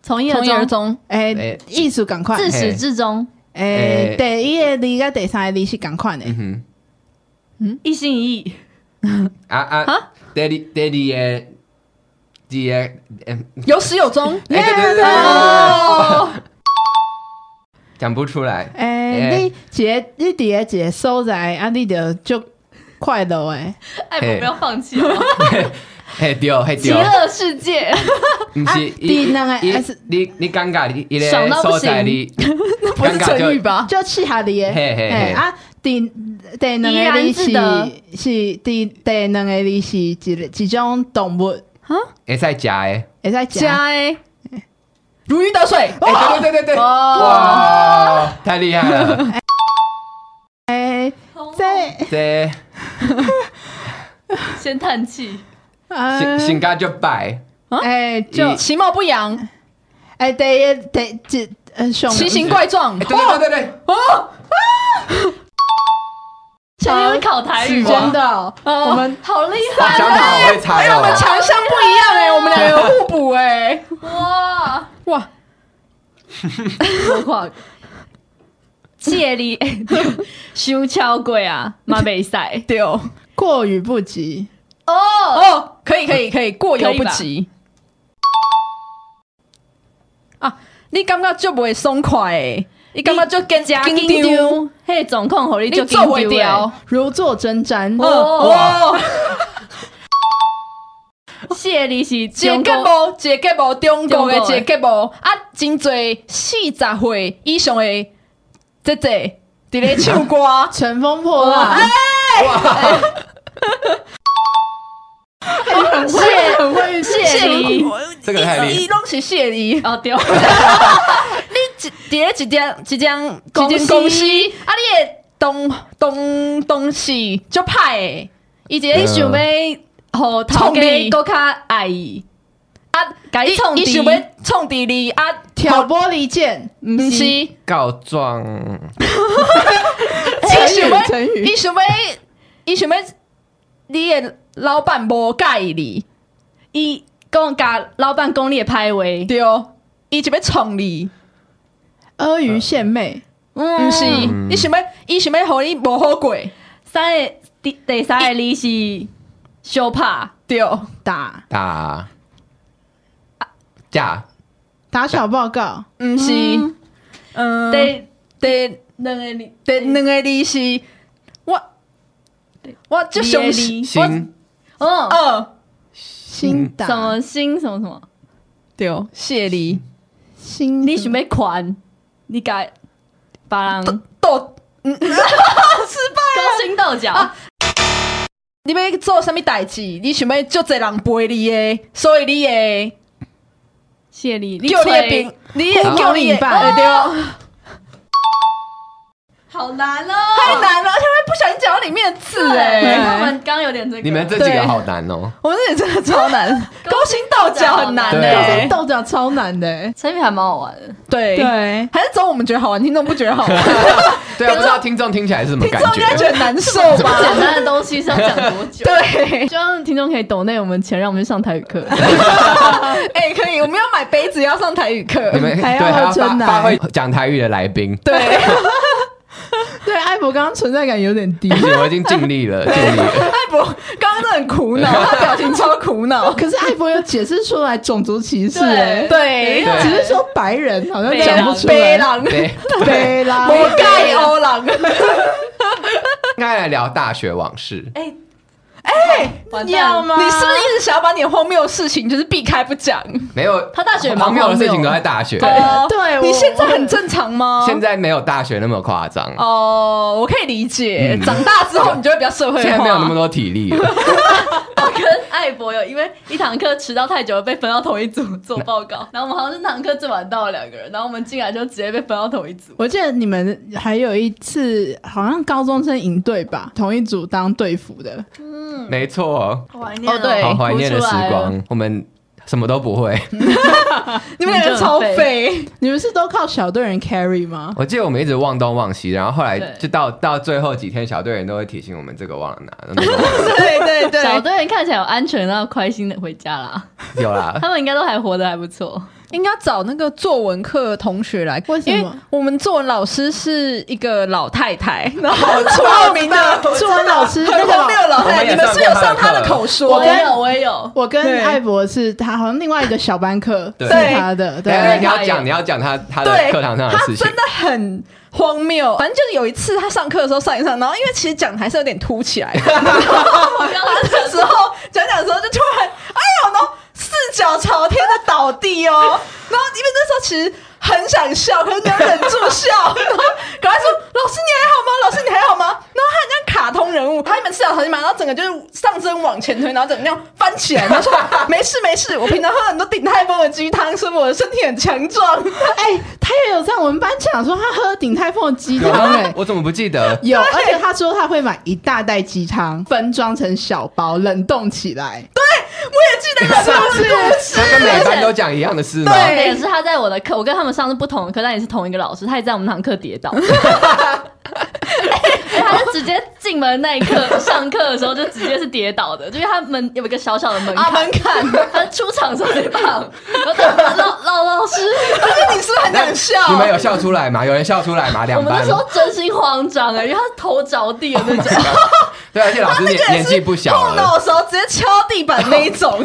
Speaker 3: 从一
Speaker 1: 从一而
Speaker 3: 而终，
Speaker 1: 终，
Speaker 2: 诶、
Speaker 4: 诶
Speaker 2: 意思共款。
Speaker 3: 自始至终，
Speaker 2: 诶、第一个字甲第三个字是共款诶
Speaker 4: 嗯。哼，
Speaker 3: 一心一意。
Speaker 4: 啊啊
Speaker 1: 啊，
Speaker 4: 第二第二个，第二个，嗯，
Speaker 1: 有始有终。
Speaker 4: 哎，对对对对对对
Speaker 1: 哦，
Speaker 4: 讲不出来。
Speaker 2: 诶、
Speaker 4: 诶
Speaker 2: 你一个你伫个一个所在，啊，你就足快乐诶。
Speaker 3: 艾
Speaker 4: 嘿
Speaker 3: 博，不要放弃哦！
Speaker 4: 嘿丢嘿
Speaker 3: 极
Speaker 4: 丢，
Speaker 3: 乐世界，
Speaker 4: 不是
Speaker 2: 第两个
Speaker 4: 你
Speaker 2: 还是
Speaker 4: 你你尴尬，你你
Speaker 3: 爽到不
Speaker 4: 所在
Speaker 3: 行
Speaker 4: 你
Speaker 1: 不
Speaker 4: 尴
Speaker 1: 是
Speaker 4: 尬
Speaker 1: 成语
Speaker 4: 就
Speaker 1: 吧？
Speaker 2: 就契合你诶，
Speaker 4: 嘿嘿嘿
Speaker 2: 嘿啊，第第两
Speaker 3: 怡
Speaker 2: 个
Speaker 3: 然
Speaker 2: 字
Speaker 3: 自得
Speaker 2: 是是第第两个字是一个一种动物，
Speaker 4: 会使食诶。
Speaker 2: 会使食。
Speaker 1: 加哎，如鱼得水。
Speaker 4: 哎，对对对对对，
Speaker 1: 哦，
Speaker 4: 哇，太厉害了！
Speaker 2: 诶，这
Speaker 4: 这
Speaker 3: 先叹气，
Speaker 4: 性
Speaker 2: 呃，
Speaker 4: 性格就摆，
Speaker 2: 诶，就
Speaker 4: 一
Speaker 1: 其貌不扬，
Speaker 2: 诶，第一第一呃，上
Speaker 1: 奇形怪状
Speaker 4: 哎。对对对对对，
Speaker 1: 哦，
Speaker 3: 前面考台语
Speaker 2: 是
Speaker 3: 吗，
Speaker 2: 真的哦，
Speaker 1: 我
Speaker 2: 我们
Speaker 3: 好厉
Speaker 4: 哇
Speaker 3: 害啊
Speaker 4: 小马好会猜
Speaker 1: 哎，我们
Speaker 4: 哦。
Speaker 1: 强项不一样哎，我们两个有互补哎。
Speaker 3: 哇！
Speaker 1: 哇，
Speaker 3: 我靠，借力 (laughs) 修超过啊，嘛袂使
Speaker 1: 对哦，
Speaker 2: 过于不及，
Speaker 3: 哦。
Speaker 1: 哦，可以可以可以，过犹不
Speaker 3: 可
Speaker 1: 及。啊，你感觉就不会松快诶，你感觉就更
Speaker 3: 加
Speaker 1: 加
Speaker 3: 紧
Speaker 1: 紧张，
Speaker 3: 张，迄状况互你
Speaker 1: 你
Speaker 3: 就
Speaker 1: 做袂掉。。
Speaker 2: 如坐针毡。
Speaker 3: 哦
Speaker 1: 哦，
Speaker 3: 谢你是
Speaker 1: 一个
Speaker 3: 中
Speaker 1: 节
Speaker 3: 国
Speaker 1: 目，一个节目，中国的
Speaker 3: 中国的
Speaker 1: 一个节目啊，真侪四十岁以上的姐姐伫咧唱歌， (laughs)
Speaker 2: 乘风破浪，
Speaker 3: 谢
Speaker 2: 很会
Speaker 3: 谢你
Speaker 4: 这个太厉
Speaker 1: 伊拢是谢你。
Speaker 3: 哦 (laughs) 对，
Speaker 1: 你一伫咧一张一张
Speaker 3: 公司
Speaker 1: 一间公司，啊，你的东东东西就歹诶，伊一
Speaker 4: 对
Speaker 1: 个
Speaker 3: 你想要互头
Speaker 1: 冲
Speaker 3: 家
Speaker 1: 你
Speaker 3: 搁较爱伊，
Speaker 1: 啊，
Speaker 3: 甲你创
Speaker 1: 伊
Speaker 3: 治
Speaker 1: 想要创治你啊，
Speaker 2: 挑
Speaker 1: 不
Speaker 2: 拨离间，
Speaker 3: 毋
Speaker 1: 是，
Speaker 3: 是
Speaker 1: 伊
Speaker 4: 告状，
Speaker 1: 想要
Speaker 2: 成语成语
Speaker 1: 伊想要伊想要你的老板无介意你，
Speaker 3: 伊讲甲老板讲你的歹话，
Speaker 1: 对，伊就要创你，
Speaker 2: 阿谀献媚，
Speaker 1: 毋
Speaker 3: 毋
Speaker 1: 是，伊想要伊想要互你无好过，
Speaker 3: 三个第第三个字是相拍，
Speaker 1: 对，哦
Speaker 2: 打
Speaker 4: 打架，
Speaker 2: 打小报告，
Speaker 1: 毋是，嗯，
Speaker 3: 第
Speaker 1: 第
Speaker 3: 两个字
Speaker 1: 第两个字是，我我就想呃是
Speaker 3: 你的
Speaker 1: 我
Speaker 3: 哦，
Speaker 4: 心
Speaker 1: 二
Speaker 2: 心打
Speaker 1: 嗯
Speaker 3: 什么心什么什么，
Speaker 1: 对，谢你
Speaker 2: 心，
Speaker 3: 你想要款，你甲别人
Speaker 1: 斗，
Speaker 3: 勾心斗角，
Speaker 1: 啊你要做什物代志？你想要足侪人陪你诶，所以你会
Speaker 3: 谢你，
Speaker 1: 叫你诶
Speaker 3: 吹
Speaker 1: 朋，你
Speaker 2: 呼朋
Speaker 1: 会叫你诶
Speaker 2: 引伴
Speaker 1: 哎对哦，
Speaker 3: 好难哦，
Speaker 1: 太难了，而且会不小心讲到里面的字哎
Speaker 3: 对，
Speaker 1: 诶。
Speaker 3: 我们刚刚有点这个，
Speaker 4: 你们这几个好难哦。
Speaker 1: 我们这里真的超难，勾心斗角很难
Speaker 4: 对啊
Speaker 1: 诶。
Speaker 2: 斗角超难的，
Speaker 3: 成语还蛮好
Speaker 1: (laughs)
Speaker 3: 玩的，
Speaker 1: 对，
Speaker 2: 对，
Speaker 1: 还是走我们觉得好玩，听众不觉得好玩，
Speaker 4: 对啊，不知道听众听起来是什么
Speaker 1: 听
Speaker 4: (laughs) 感
Speaker 1: 众应该觉
Speaker 4: 觉？
Speaker 1: 得难受
Speaker 3: 这 (laughs) 么
Speaker 1: 吧？
Speaker 3: 简单的东西是要讲多
Speaker 1: (laughs)
Speaker 3: 久？
Speaker 1: 对，
Speaker 3: 希望听众可以抖内我们钱，让我们去上台语课。
Speaker 1: 哎，可以，我们要买杯子，要上台语课
Speaker 4: 你。们对
Speaker 2: 还要
Speaker 4: 还要
Speaker 2: 真
Speaker 4: 发
Speaker 2: 难
Speaker 4: 发挥讲台语的来宾， (laughs)
Speaker 1: 对。
Speaker 2: 对，艾博刚刚存在感有点低
Speaker 4: 不，行，我已经尽力了，尽力了。
Speaker 1: 艾博刚刚真的很苦
Speaker 4: (laughs)
Speaker 1: 恼，他表情超苦恼。
Speaker 2: 可是艾博有解释出来种族歧视，哎，
Speaker 1: 对，
Speaker 4: 对
Speaker 2: 只是说白人好像讲不出
Speaker 1: 白
Speaker 2: 来，
Speaker 1: 狼，
Speaker 4: 对，
Speaker 2: 白啦，
Speaker 1: 魔盖欧狼，
Speaker 4: 应该来聊大学往事。
Speaker 3: 哎，完蛋
Speaker 2: 要吗？
Speaker 1: 你是不是一直想要把你的荒谬的事情就是避开不讲？
Speaker 4: 没有，
Speaker 3: 他大学也蛮
Speaker 4: 荒谬的
Speaker 3: 荒
Speaker 4: 事
Speaker 3: 谬
Speaker 4: 情都
Speaker 3: 的
Speaker 4: 在大学。
Speaker 1: 哦
Speaker 2: 对我
Speaker 1: 你现在很正常吗？
Speaker 4: 现在没有大学那么夸张，
Speaker 1: 哦，我可以理解
Speaker 4: 嗯，
Speaker 1: 长大之后你就会比较社会
Speaker 4: 现在
Speaker 1: 化，
Speaker 4: 没有那么多体力了。
Speaker 3: (laughs) 跟艾博有因为一堂课迟到太久了，被分到同一组做报 (laughs) 告。然后我们好像是那堂课最晚到了两个人，然后我们进来就直接被分到同一组。
Speaker 2: 我记得你们还有一次，好像高中生营队吧，同一组当队服的，
Speaker 4: 没错，
Speaker 3: 怀念
Speaker 2: 哦对
Speaker 4: 好怀
Speaker 3: 哎哭
Speaker 4: 念的
Speaker 3: 出
Speaker 4: 时
Speaker 3: 来了
Speaker 4: 光，我们什么都不会。
Speaker 1: 你们两个超
Speaker 3: 你就很
Speaker 1: 肥，
Speaker 2: 你们是都靠小队人 carry 吗？
Speaker 4: 我记得我们一直忘东忘西，然后后来
Speaker 3: 对
Speaker 4: 就到到最后几天，小队员都会提醒我们这个忘了拿，那个忘了
Speaker 1: 对对对，
Speaker 3: 小队员看起来有安全，然后开心的回家 (laughs) 啦。
Speaker 4: 拿有啦。
Speaker 3: 他们应该都还活得还不错。
Speaker 1: 应该找那个作文课的同学来，
Speaker 2: 为什么
Speaker 1: 因为我们作文老师是一个老太 (laughs) 太，然后出名哦的啊
Speaker 2: 作文老师那
Speaker 1: 很
Speaker 2: 个
Speaker 1: 荒
Speaker 2: 老
Speaker 1: 谬的老太
Speaker 4: 我
Speaker 1: 太，
Speaker 4: 也
Speaker 1: 你们是有上她的
Speaker 4: 上过她的课
Speaker 1: 口说
Speaker 3: 我
Speaker 1: 的，
Speaker 3: 也有，我也有。
Speaker 2: 我跟
Speaker 1: 对
Speaker 2: 艾博是他好像另外一个小班课
Speaker 4: 对
Speaker 2: 是他的，
Speaker 4: 等一下
Speaker 2: 对
Speaker 4: 你要讲你要讲他他的
Speaker 1: 对
Speaker 4: 课堂上的
Speaker 1: 她
Speaker 4: 啊事情
Speaker 1: 真，的很荒谬。反正就是有一次她上课的时候上一上，然后因为其实讲台是有点凸起
Speaker 4: (laughs)
Speaker 1: 来的，
Speaker 3: 我刚刚
Speaker 1: 她的时候讲讲的时候就突然，哎呦，然后四脚朝天的倒地哦，然后因为那时候其实。很想笑，可是你要忍住笑，然后赶快说：“老师你还好吗？老师你还好吗？”然后他很像卡通人物，他原本四脚朝天嘛，然后整个就是上身往前推，然后整个那样翻起来，然后说：“没事没事，我平常喝很多鼎泰丰的鸡汤，所以我的身体很强壮。”
Speaker 2: 哎，他也有在我们班讲说他喝鼎泰丰的鸡汤
Speaker 1: 啊
Speaker 2: 哎。
Speaker 4: 我怎么不记
Speaker 2: (laughs)
Speaker 4: 得？
Speaker 2: 有，而且他说他会买一大袋鸡汤，分装成小包，冷冻起来。
Speaker 1: 我也记得那时候是故事。
Speaker 4: 他跟每班都讲一样的事吗？
Speaker 1: 对
Speaker 3: 也是他在我的课，我跟他们上是不同的课，但也是同一个老师，他也在我们堂课跌
Speaker 1: (laughs)
Speaker 3: 倒。哎他就直接进门那一刻，上课的时候就直接是跌倒的，就因为他门有一个小小的门
Speaker 1: 啊，
Speaker 3: 槛，
Speaker 1: 门槛，
Speaker 3: 他出场的时候跌倒，
Speaker 1: (laughs)
Speaker 3: 然后他老老老师，
Speaker 1: 而且你是不是很想笑？
Speaker 4: 你们有笑出来吗？有人笑出来吗？
Speaker 3: 我
Speaker 4: 两
Speaker 3: 们那
Speaker 4: 班
Speaker 3: 时候真心慌张哎、因为他头着地的
Speaker 1: (laughs)
Speaker 3: 那种，
Speaker 4: 对，啊而且老师
Speaker 1: 那
Speaker 4: 年
Speaker 1: 个也
Speaker 4: 年纪
Speaker 1: 是
Speaker 4: 不小
Speaker 1: 后
Speaker 4: 了，
Speaker 1: 脑勺直接敲地板那一
Speaker 4: (laughs)
Speaker 1: 种。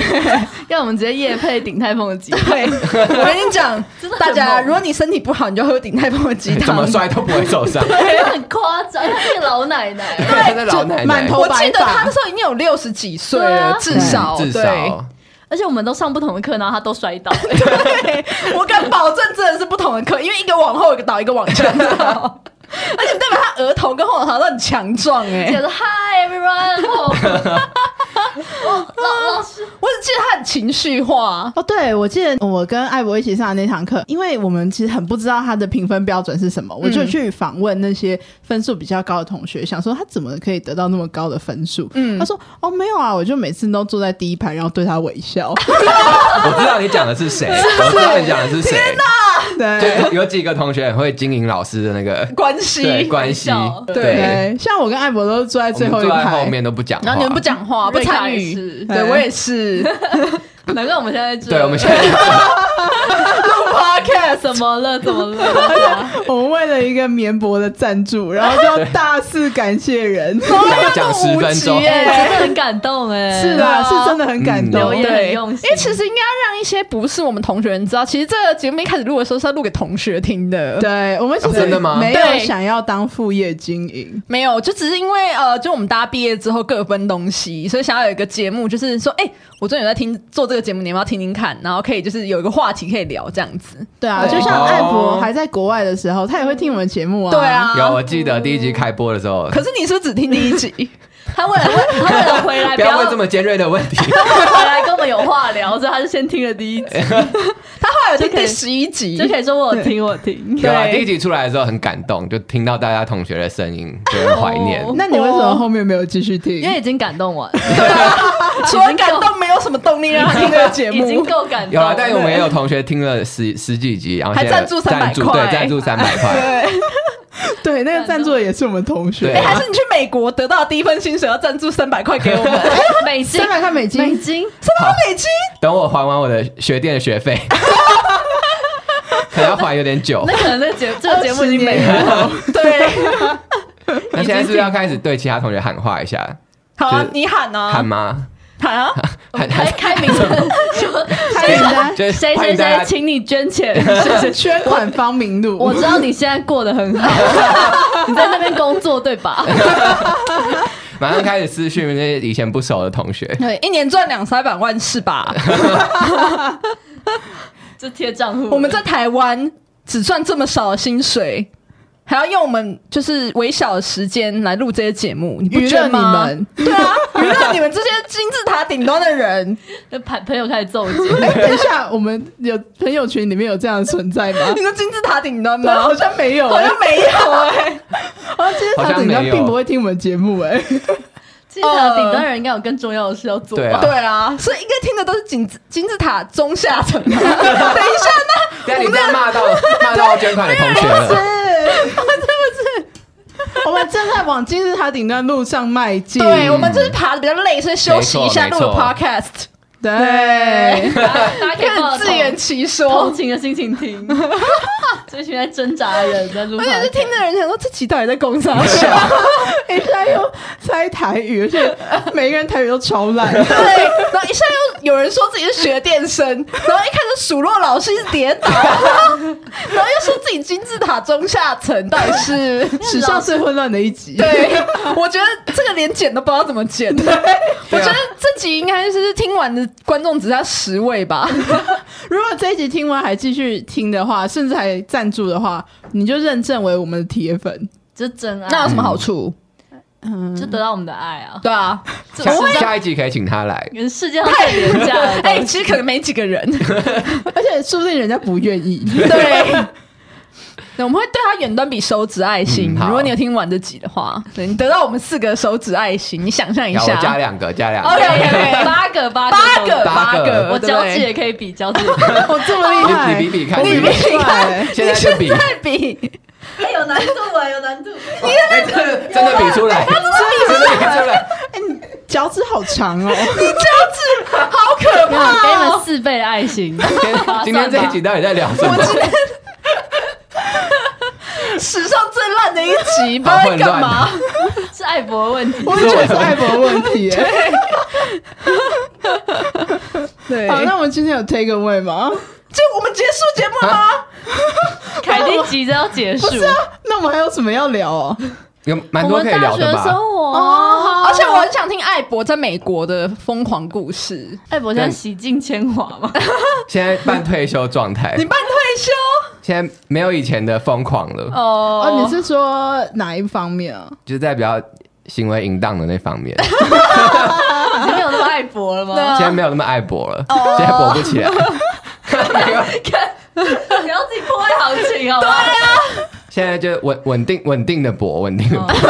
Speaker 3: 要我们直接夜配顶泰丰的鸡，
Speaker 1: 对，我跟你讲
Speaker 3: 真的，很
Speaker 1: 大家
Speaker 3: 猛
Speaker 1: 如果你身体不好，你就喝鼎泰丰的鸡
Speaker 4: 哎怎 (laughs)
Speaker 1: 汤
Speaker 4: 么。摔都不会受伤。
Speaker 3: (laughs) 很夸张，她是一个老奶啊奶，
Speaker 4: (laughs) 真的老奶
Speaker 2: 就满
Speaker 4: 奶，嗯
Speaker 2: 头
Speaker 1: 我记得
Speaker 2: 白发
Speaker 1: 他那时候已经有六十几岁
Speaker 3: 对
Speaker 1: 了
Speaker 3: 啊，
Speaker 1: 至少
Speaker 4: 至
Speaker 1: 对。
Speaker 4: 少
Speaker 3: 而且我们都上不同的课，然后她都摔倒、哎
Speaker 1: 对， (laughs) 我敢保证真的是不同的课，因为一个往后，一个倒，一个往前倒。
Speaker 4: (laughs)
Speaker 1: 而且代表他额头跟后脑勺都很强壮哎、
Speaker 3: 写着 (laughs) Hi everyone，哦老老师
Speaker 1: 我只记得他很情绪化，
Speaker 2: 哦，对，我记得我跟艾博一起上的那堂课，因为我们其实很不知道他的评分标准是什么，我就去访问那些分数比较高的同学，想说他怎么可以得到那么高的分数。嗯，他说哦没有啊，我就每次都坐在第一排，然后对他微笑。
Speaker 4: (laughs) 我知道你讲的
Speaker 1: (laughs)
Speaker 4: 是谁，我知道你讲的是谁。
Speaker 2: 对
Speaker 4: 对，有几个同学很会经营老师的那个
Speaker 1: 关
Speaker 4: 对
Speaker 1: 系。
Speaker 4: 关系
Speaker 3: 微笑，
Speaker 4: 对，
Speaker 2: 像我跟艾博都是坐在
Speaker 4: 我
Speaker 2: 最
Speaker 4: 们
Speaker 2: 后
Speaker 4: 坐
Speaker 2: 一
Speaker 4: 在
Speaker 2: 排，
Speaker 4: 后面都不讲话，
Speaker 1: 然后你们不讲话，不
Speaker 3: 瑞卡
Speaker 1: 参
Speaker 3: 也
Speaker 1: 与，
Speaker 3: 是
Speaker 1: 对我也是。
Speaker 3: 难怪我们现在
Speaker 4: 对，我们现在
Speaker 3: 录 (laughs) podcast 怎么了？啊
Speaker 1: (laughs)
Speaker 3: 怎么了？
Speaker 2: 我们为了一个绵薄的赞助，然后就要大肆感谢人。啊
Speaker 1: (laughs)
Speaker 4: 讲讲十分钟
Speaker 1: 无极，耶
Speaker 3: 哎、真的很感动哎、
Speaker 2: 是
Speaker 1: 对
Speaker 2: 的，
Speaker 1: 啊
Speaker 2: 是真的很感
Speaker 4: 嗯
Speaker 2: 动
Speaker 3: 留。言
Speaker 1: 对，
Speaker 3: 很用心
Speaker 1: 因为其实应该要让一些不是我们同学人知道，其实这个节目一开始录的时候是要录给同学听的。
Speaker 2: 对我们其
Speaker 4: 哦
Speaker 2: 实
Speaker 4: 真的吗
Speaker 2: 没有
Speaker 1: 对
Speaker 2: 想要当副业经营，
Speaker 1: 没有，就只是因为呃，就我们大家毕业之后各分东西，所以想要有一个节目，就是说，哎、我最近有在听做这个节目，你们要听听看，然后可以就是有一个话题可以聊这样子。
Speaker 2: 对啊，
Speaker 1: 对
Speaker 2: 就像艾博
Speaker 4: 哦
Speaker 2: 还在国外的时候，他也会听我们节目啊。
Speaker 1: 对，啊，
Speaker 4: 有我记得第一集开播的时候，
Speaker 1: (laughs) 可是你是不是只听第一集？
Speaker 3: 他为了他为了回来，
Speaker 4: 不要问这么尖锐的问题。
Speaker 3: 回来跟我们有话聊，所以他就先听了第一集，
Speaker 4: 哎
Speaker 1: (laughs) 他后来有听
Speaker 3: 就可
Speaker 1: 第
Speaker 3: 以
Speaker 1: 十一集，
Speaker 3: 就可以说我有听我有听。
Speaker 4: 对啊，
Speaker 1: (laughs) 对
Speaker 4: 第一集出来的时候很感动，就听到大家同学的声音，就很怀念。
Speaker 3: 哦
Speaker 2: 那你为什么后面没有继续听？
Speaker 3: 因为已经感动完，
Speaker 1: 啊
Speaker 3: (laughs)
Speaker 1: 除了感动，没有什么动力让他听这个节
Speaker 3: 啊已经
Speaker 1: 目。
Speaker 3: 够感动
Speaker 4: 有
Speaker 3: 了。
Speaker 4: 啊，但我们也有同学听了十十几集，然后
Speaker 1: 还
Speaker 4: 现在
Speaker 1: 赞助300
Speaker 4: 赞助
Speaker 1: 块
Speaker 4: 对，赞助三百
Speaker 2: (laughs)
Speaker 4: 块，
Speaker 2: (laughs) 对那个赞助的也是我们同学
Speaker 4: 对
Speaker 1: 哎、，还是你去美国得到的第一份薪水要赞助三百块给我 (laughs) 们，哎
Speaker 3: 美金
Speaker 2: 三，百块美
Speaker 3: 美
Speaker 2: 金。
Speaker 3: 金，
Speaker 1: 美金。
Speaker 4: 等我还完我的学店的学费，可能要还有点久
Speaker 3: 那。可能那节这个节目已经没
Speaker 2: 20
Speaker 3: 了。
Speaker 1: (laughs) 对，
Speaker 4: 那现在是不是要开始对其他同学喊话一下？
Speaker 1: 好啊
Speaker 4: 就，是
Speaker 1: 你喊啊， (laughs)
Speaker 4: 喊吗？
Speaker 1: 喊啊，
Speaker 3: (laughs)
Speaker 4: 喊
Speaker 3: 开
Speaker 4: 喊，
Speaker 3: 开名
Speaker 1: (laughs)
Speaker 3: 字，说
Speaker 2: 开名单，
Speaker 4: 就是
Speaker 3: 谁
Speaker 4: 欢
Speaker 3: 谁
Speaker 4: 迎大
Speaker 3: 谁，
Speaker 4: 家
Speaker 3: 请你捐钱。
Speaker 1: (laughs)
Speaker 2: 捐款方明路。
Speaker 3: 我知道你现在过得很好，你在那边工作对吧？
Speaker 4: (laughs) 马上开始私讯那些以前不熟的同学。
Speaker 1: 对，一年赚两三百万是吧？
Speaker 3: 这贴账户，
Speaker 1: 我们在台湾只赚这么少的薪水，还要用我们就是微小的时间来录这些节目，你不
Speaker 2: 娱
Speaker 1: 觉
Speaker 2: 乐
Speaker 1: 得
Speaker 2: 你
Speaker 1: 吗？
Speaker 2: 们，
Speaker 1: 对啊，娱乐你们这些金字塔顶端的人。
Speaker 3: 那朋朋友开始皱紧，
Speaker 2: 哎、等一下，我们有朋友群里面有这样的存在吗 (laughs)
Speaker 1: 你？说金字塔顶端
Speaker 2: 啊对，
Speaker 1: 吗？
Speaker 2: 好像没有、
Speaker 1: 好
Speaker 2: 哎
Speaker 1: 像没有哎。
Speaker 2: 好像今天他
Speaker 4: 好像
Speaker 2: 顶
Speaker 4: 没有
Speaker 2: 端并不会听我们节目、哎，
Speaker 3: 其实顶端人应该有更重要的事要做
Speaker 4: 对
Speaker 3: 吧
Speaker 4: 啊？
Speaker 1: 哦对啊，所以应该听的都是金字金字塔中下层。啊等一下，那
Speaker 4: 对啊，你这样骂到骂到捐款的同学了，
Speaker 2: 我们正在往金字塔顶端路上迈进。
Speaker 1: 对我们就是爬的比较累，所以休息一下
Speaker 4: 没
Speaker 1: 录
Speaker 4: 错
Speaker 1: 个
Speaker 4: 没错
Speaker 1: podcast，
Speaker 2: 对， (laughs)
Speaker 3: 大家可以抱
Speaker 1: 看
Speaker 3: 着
Speaker 1: 自圆其
Speaker 3: 同
Speaker 1: 说。
Speaker 3: 情的心情听， (laughs) 这群在挣扎的人在录
Speaker 1: 而
Speaker 3: podcast，
Speaker 1: 且是听的人想说，这集到底在攻啥笑？
Speaker 2: 一下哎又猜台语，而且每个人台语都超烂。
Speaker 1: 对，然后一下又有人说自己是学电声，然后一开始数落老师一直跌倒，然后又说自己金字塔中下层，到底是
Speaker 2: 史上最混乱的一集。
Speaker 1: 对，我觉得这个连剪都不知道怎么剪。
Speaker 4: 啊
Speaker 1: 我觉得这集应该是听完的观众只剩下十位吧。
Speaker 2: 如果这一集听完还继续听的话，甚至还赞助的话，你就认证为我们的铁粉。
Speaker 3: 这是真爱，
Speaker 1: 那有什么好处？
Speaker 2: 嗯，
Speaker 3: 就得到我们的爱啊！
Speaker 1: 对啊，
Speaker 4: 下下一集可以请他来，
Speaker 3: 跟世界上太廉价
Speaker 4: 嗯
Speaker 3: 了，
Speaker 1: 哎、其实可能没几个
Speaker 4: (laughs)
Speaker 1: 人。
Speaker 2: 而且说不定人家不愿意。
Speaker 1: 对。对我们会对他远端比手指爱心。
Speaker 4: 嗯好
Speaker 1: 如果你有听完这集的话，对你得到我们四个手指爱心，你想象一
Speaker 4: 然后
Speaker 1: 下
Speaker 4: 我，加两个，加两
Speaker 1: OK，
Speaker 4: 个，
Speaker 1: OK，OK
Speaker 3: 八个八个
Speaker 1: 哎啊八个
Speaker 4: 八个
Speaker 1: 个，
Speaker 3: 我
Speaker 1: 对不
Speaker 3: 脚
Speaker 1: 对
Speaker 3: 趾也可以比脚趾也可以，
Speaker 2: 我这么厉害，
Speaker 4: 你你比比看
Speaker 2: 我
Speaker 4: 你
Speaker 2: 比比
Speaker 4: 比
Speaker 2: 看。
Speaker 4: 现在就比，
Speaker 1: 再比，
Speaker 3: 哎 (laughs) 有难度啊，有难度。
Speaker 4: 哎真的真的比出来，真的比出来，
Speaker 2: 哎，你脚趾好长哦，
Speaker 1: 好可
Speaker 3: 给你
Speaker 1: 怕、
Speaker 3: 们
Speaker 1: 哦！
Speaker 3: 四倍的爱心，
Speaker 4: 今天 (laughs) 今天这一集到底在聊什么？
Speaker 1: 史上最烂的一 (laughs) 集，不知
Speaker 4: 好
Speaker 1: 道在
Speaker 4: 混
Speaker 1: 干嘛
Speaker 4: 乱。，
Speaker 3: 是 (laughs) 爱博的问题。
Speaker 2: 我就觉得是艾博问题。哎
Speaker 1: 对
Speaker 2: 好，那我们今天有 take away 吗？
Speaker 1: 就我们结束节目了吗？
Speaker 3: 凯蒂急着要结束，
Speaker 2: 那我们还有什么要聊哦？
Speaker 4: 有蛮
Speaker 3: 我
Speaker 4: 啊多
Speaker 3: 们
Speaker 4: 可以
Speaker 3: 大
Speaker 4: 聊
Speaker 3: 学
Speaker 4: 的吧？
Speaker 3: 生活
Speaker 2: 哦好
Speaker 3: 啊，
Speaker 1: 而且我很想听艾博在美国的疯狂故事。
Speaker 3: 艾博现在洗尽铅华
Speaker 4: (laughs)
Speaker 3: 嘛，
Speaker 4: 现在半退休状态
Speaker 1: 你，办退休
Speaker 4: 现在没有以前的疯狂了，
Speaker 1: 哦
Speaker 2: 哦，你是说哪一方面啊？
Speaker 4: 就是在比较行为淫荡的那方
Speaker 1: (laughs)
Speaker 4: 面，
Speaker 3: 已经没有那么爱博了
Speaker 1: 对
Speaker 3: 吗？
Speaker 1: 啊
Speaker 4: 现在没有那么爱博了，
Speaker 1: 哦
Speaker 4: 现在博不起来。
Speaker 3: 你要自己破坏行情好不好？
Speaker 4: (laughs) 现在就稳稳定稳定的博，稳定的
Speaker 1: 哦
Speaker 4: 博。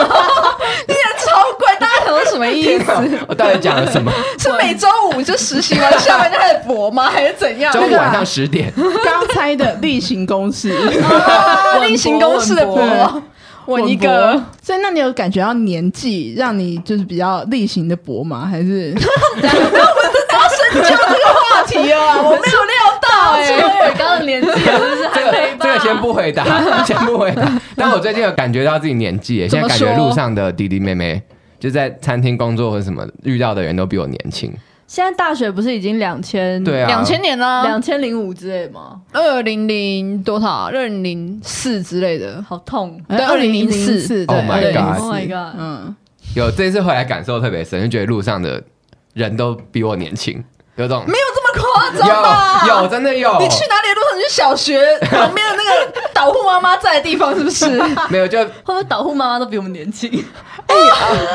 Speaker 1: 你也 (laughs) 超怪，大家想说什么意 (laughs) 思？
Speaker 4: 我到底讲
Speaker 1: (laughs)
Speaker 4: 了什么？
Speaker 1: 是每周五就实习完下班就开始搏吗？还是怎样？
Speaker 4: 周五
Speaker 1: 那个
Speaker 4: 晚上
Speaker 1: (laughs)
Speaker 4: 十点，
Speaker 2: 刚猜的例行公事，
Speaker 1: 啊 (laughs) 例行公事的
Speaker 3: 稳
Speaker 1: 搏
Speaker 2: 搏，
Speaker 1: 我一
Speaker 2: 文
Speaker 1: 个
Speaker 2: 博。所以那你有感觉到年纪让你就是比较例行的搏吗？还是
Speaker 1: 话题啊，
Speaker 2: (laughs)
Speaker 1: 我没有料到
Speaker 3: 崔
Speaker 1: 哎。
Speaker 3: 尔刚的年纪是不是
Speaker 4: 啊这
Speaker 3: 还
Speaker 4: 个
Speaker 3: 没吧？
Speaker 4: 这个先不回答， (laughs) 先不回答。但我最近有感觉到自己年纪耶，
Speaker 1: 怎
Speaker 4: 现
Speaker 1: 么
Speaker 4: 在感
Speaker 1: 说
Speaker 4: 觉路上的弟弟妹妹，就在餐厅工作或什么遇到的人都比我年轻。
Speaker 3: 现在大学不是已经两千
Speaker 4: 对啊，
Speaker 1: 两千年啦
Speaker 3: 两，千零五之类吗？
Speaker 1: 二零零多少啊？二零零四之类的。
Speaker 3: 好痛！
Speaker 1: 对2004
Speaker 2: 2004
Speaker 4: Oh my
Speaker 2: 对
Speaker 4: god
Speaker 3: Oh my god
Speaker 2: 嗯，
Speaker 4: 有这次回来感受特别深，就觉得路上的人都比我年轻，有种
Speaker 1: 没有这么夸张吧？
Speaker 4: 有有真的有，
Speaker 1: 你去哪里的路上？你去小学旁边的那个导护妈妈在的地方是不是？
Speaker 3: (laughs)
Speaker 4: 没有就有
Speaker 3: 会不会导护妈妈都比我们年轻？
Speaker 4: (laughs)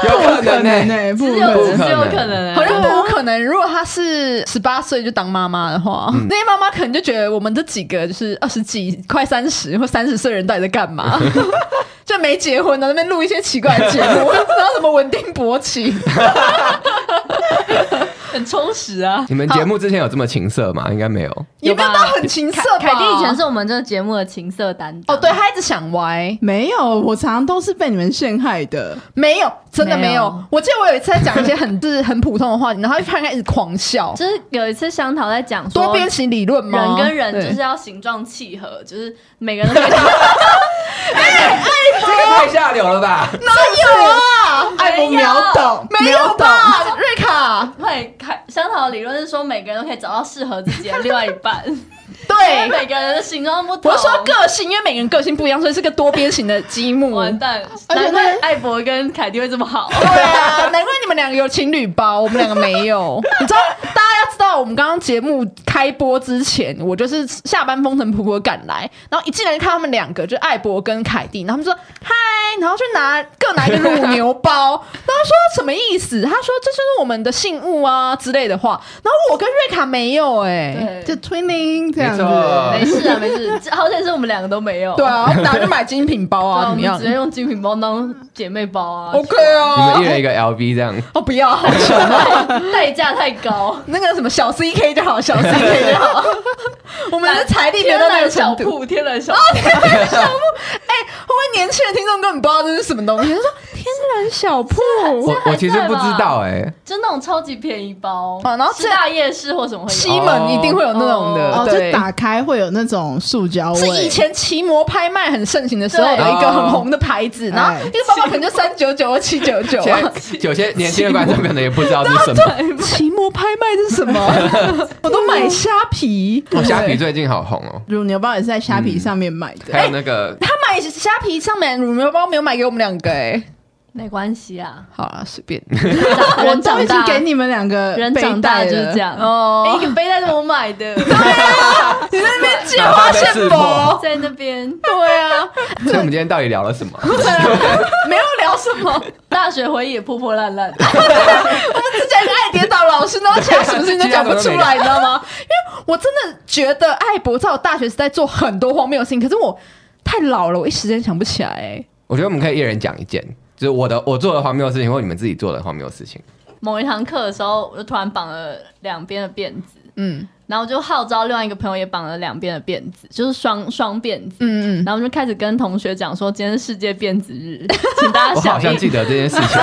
Speaker 4: 可
Speaker 2: 可能欸
Speaker 4: 能欸
Speaker 2: 呢、
Speaker 4: 呢。
Speaker 2: 不
Speaker 3: (laughs) 只
Speaker 2: 可
Speaker 3: 有
Speaker 2: 能
Speaker 3: 只有可能欸，
Speaker 1: 好像不可能。如果她是十八岁就当妈妈的话，那些妈妈可能就觉得我们这几个就是二十几、快三十或三十岁的人到底在干嘛？就没结婚的那边录一些奇怪的节目，然后什么稳定勃起，
Speaker 3: 很充实啊。
Speaker 4: 你们节目之前有这么情色吗？应该没有。
Speaker 1: 也
Speaker 3: 有
Speaker 1: 没
Speaker 3: 吧
Speaker 1: 有到很情色吧？
Speaker 3: 凯蒂以前是我们这个节目的情色担当
Speaker 1: 哦，对，她一直想歪，
Speaker 2: 没有，我常常都是被你们陷害的。
Speaker 1: 没有，真的没有。
Speaker 3: 没有
Speaker 1: 我记得我有一次在讲一些很 (laughs) 就是很普通的话题，然后他开始狂笑。
Speaker 3: 就是有一次香桃在讲说
Speaker 1: 多边形理论吗？
Speaker 3: 人跟人
Speaker 1: 对
Speaker 3: 就是要形状契合，就是每个
Speaker 1: (laughs)
Speaker 3: 人都可以
Speaker 4: 这个太下流了 (laughs) 吧！
Speaker 1: 哪有啊？
Speaker 2: 艾博哦秒懂，
Speaker 1: 没有
Speaker 2: 秒懂？
Speaker 1: 吧，瑞卡？
Speaker 3: 会开香桃的理论是说每个人都可以找到适合自己的另外一半，因为
Speaker 1: (laughs) 对，
Speaker 3: 每个人的形状不同。
Speaker 1: 我是说个性，因为每个人个性不一样，所以是个多边形的积木。
Speaker 3: 完蛋，
Speaker 2: 而且
Speaker 3: 难
Speaker 2: 那
Speaker 3: 怪艾博跟凯蒂会这么好。
Speaker 1: 对啊，难怪你们两个有情侣包，我们两个没有。你知道，大家要知道，我们刚刚节目开播之前，我就是下班风尘仆仆地赶来，然后一进来就看他们两个，就是艾博跟凯蒂，然后他们说：“嗨，然后去拿各拿一个乳牛包，然后说什么意思？他说这就是我们的信物啊之类的话。然后我跟瑞卡没有哎、
Speaker 3: 对，
Speaker 2: 就 twinning 这样
Speaker 4: 没错
Speaker 2: 子，
Speaker 3: 没事啊，没事，这好歹是我们两个都没有。
Speaker 1: 对啊，我们拿去买精品包
Speaker 3: 对
Speaker 1: 啊，
Speaker 3: 啊，我
Speaker 1: 怎么
Speaker 3: 们
Speaker 1: 样
Speaker 3: 直接用精品包当姐妹包啊。
Speaker 1: ？OK 啊，
Speaker 4: 你们一
Speaker 1: (laughs)
Speaker 4: 人一个 LV 这样，
Speaker 1: 哦不要，好穷啊。
Speaker 3: 代价太高，
Speaker 1: 那个什么小 CK 就好，小 CK 就好。我 (laughs) 们的财力没有到
Speaker 3: 天
Speaker 1: 那个
Speaker 3: 然小
Speaker 1: 程度。哦
Speaker 3: 铺，天然小铺，
Speaker 1: 哎、会不会年轻的听众根本不知道这是什么东西？他说天然小铺，
Speaker 4: 我
Speaker 3: 还
Speaker 4: 我其实
Speaker 3: 在
Speaker 4: 不知
Speaker 3: 吧
Speaker 4: 道哎，
Speaker 3: 就那种超级便宜包，
Speaker 1: 哦然后
Speaker 3: 师
Speaker 1: 这
Speaker 3: 大夜市或什么会有。
Speaker 1: 西门一定会有那种的，
Speaker 2: 哦，就
Speaker 1: 对。
Speaker 2: 打开会有那种塑胶味，
Speaker 1: 是以前骑摩拍卖很盛行的时候，有
Speaker 3: 对
Speaker 1: 一个很红的牌子，然后
Speaker 2: 哎
Speaker 1: 一个包包可能就三九九或七九
Speaker 4: (laughs)
Speaker 1: 九啊哎
Speaker 4: 现。在有些年轻的观众可能也不知道是什么。
Speaker 1: 骑摩拍卖是什么？我都买虾皮，
Speaker 4: 哦，虾皮最近好红哦，
Speaker 2: 乳牛包也是在虾皮上面买的，
Speaker 4: 还有那个
Speaker 1: 他买虾皮上面乳牛包没有买给我们两个哎、
Speaker 3: 没关
Speaker 1: (laughs)
Speaker 3: 系啊，
Speaker 1: 好了，随便。
Speaker 2: 我
Speaker 3: 人
Speaker 2: 终
Speaker 3: 长
Speaker 2: 于
Speaker 3: 大，
Speaker 2: 给你们两个
Speaker 3: 人
Speaker 2: 背
Speaker 3: 长大
Speaker 2: 带
Speaker 3: 就是
Speaker 2: 了
Speaker 3: 这样。
Speaker 1: 哦
Speaker 3: 哎一个背带是我买
Speaker 1: (laughs)
Speaker 3: 的，
Speaker 1: 你在那边借花献
Speaker 4: 哪怕被识
Speaker 1: 佛
Speaker 4: 破？
Speaker 3: 在那边
Speaker 1: 对啊，
Speaker 4: 所以我们今天到底聊了什么？
Speaker 1: 没有聊什么，
Speaker 3: 大学回忆也破破烂烂，
Speaker 1: 只讲一个爱跌倒老师，然后其他什么事情都讲不出来，你知道吗？ (laughs) 因为我真的觉得艾博在我大学时代做很多荒谬的事情，可是我太老了，我一时间想不起来、欸。
Speaker 4: 我觉得我们可以一人讲一件，就是我的我做的荒谬的事情，或你们自己做的荒谬的事情。
Speaker 3: 某一堂课的时候，我就突然绑了两边的辫子，
Speaker 1: 嗯
Speaker 3: 然后就号召另外一个朋友也绑了两边的辫子，就是双双辫子。
Speaker 1: 嗯嗯，
Speaker 3: 然后我们就开始跟同学讲说，今天是世界辫子日，
Speaker 1: (laughs)
Speaker 3: 请大
Speaker 4: 我
Speaker 3: 家
Speaker 4: 好
Speaker 3: 响
Speaker 4: 像
Speaker 3: 应。
Speaker 4: 记得这件事情，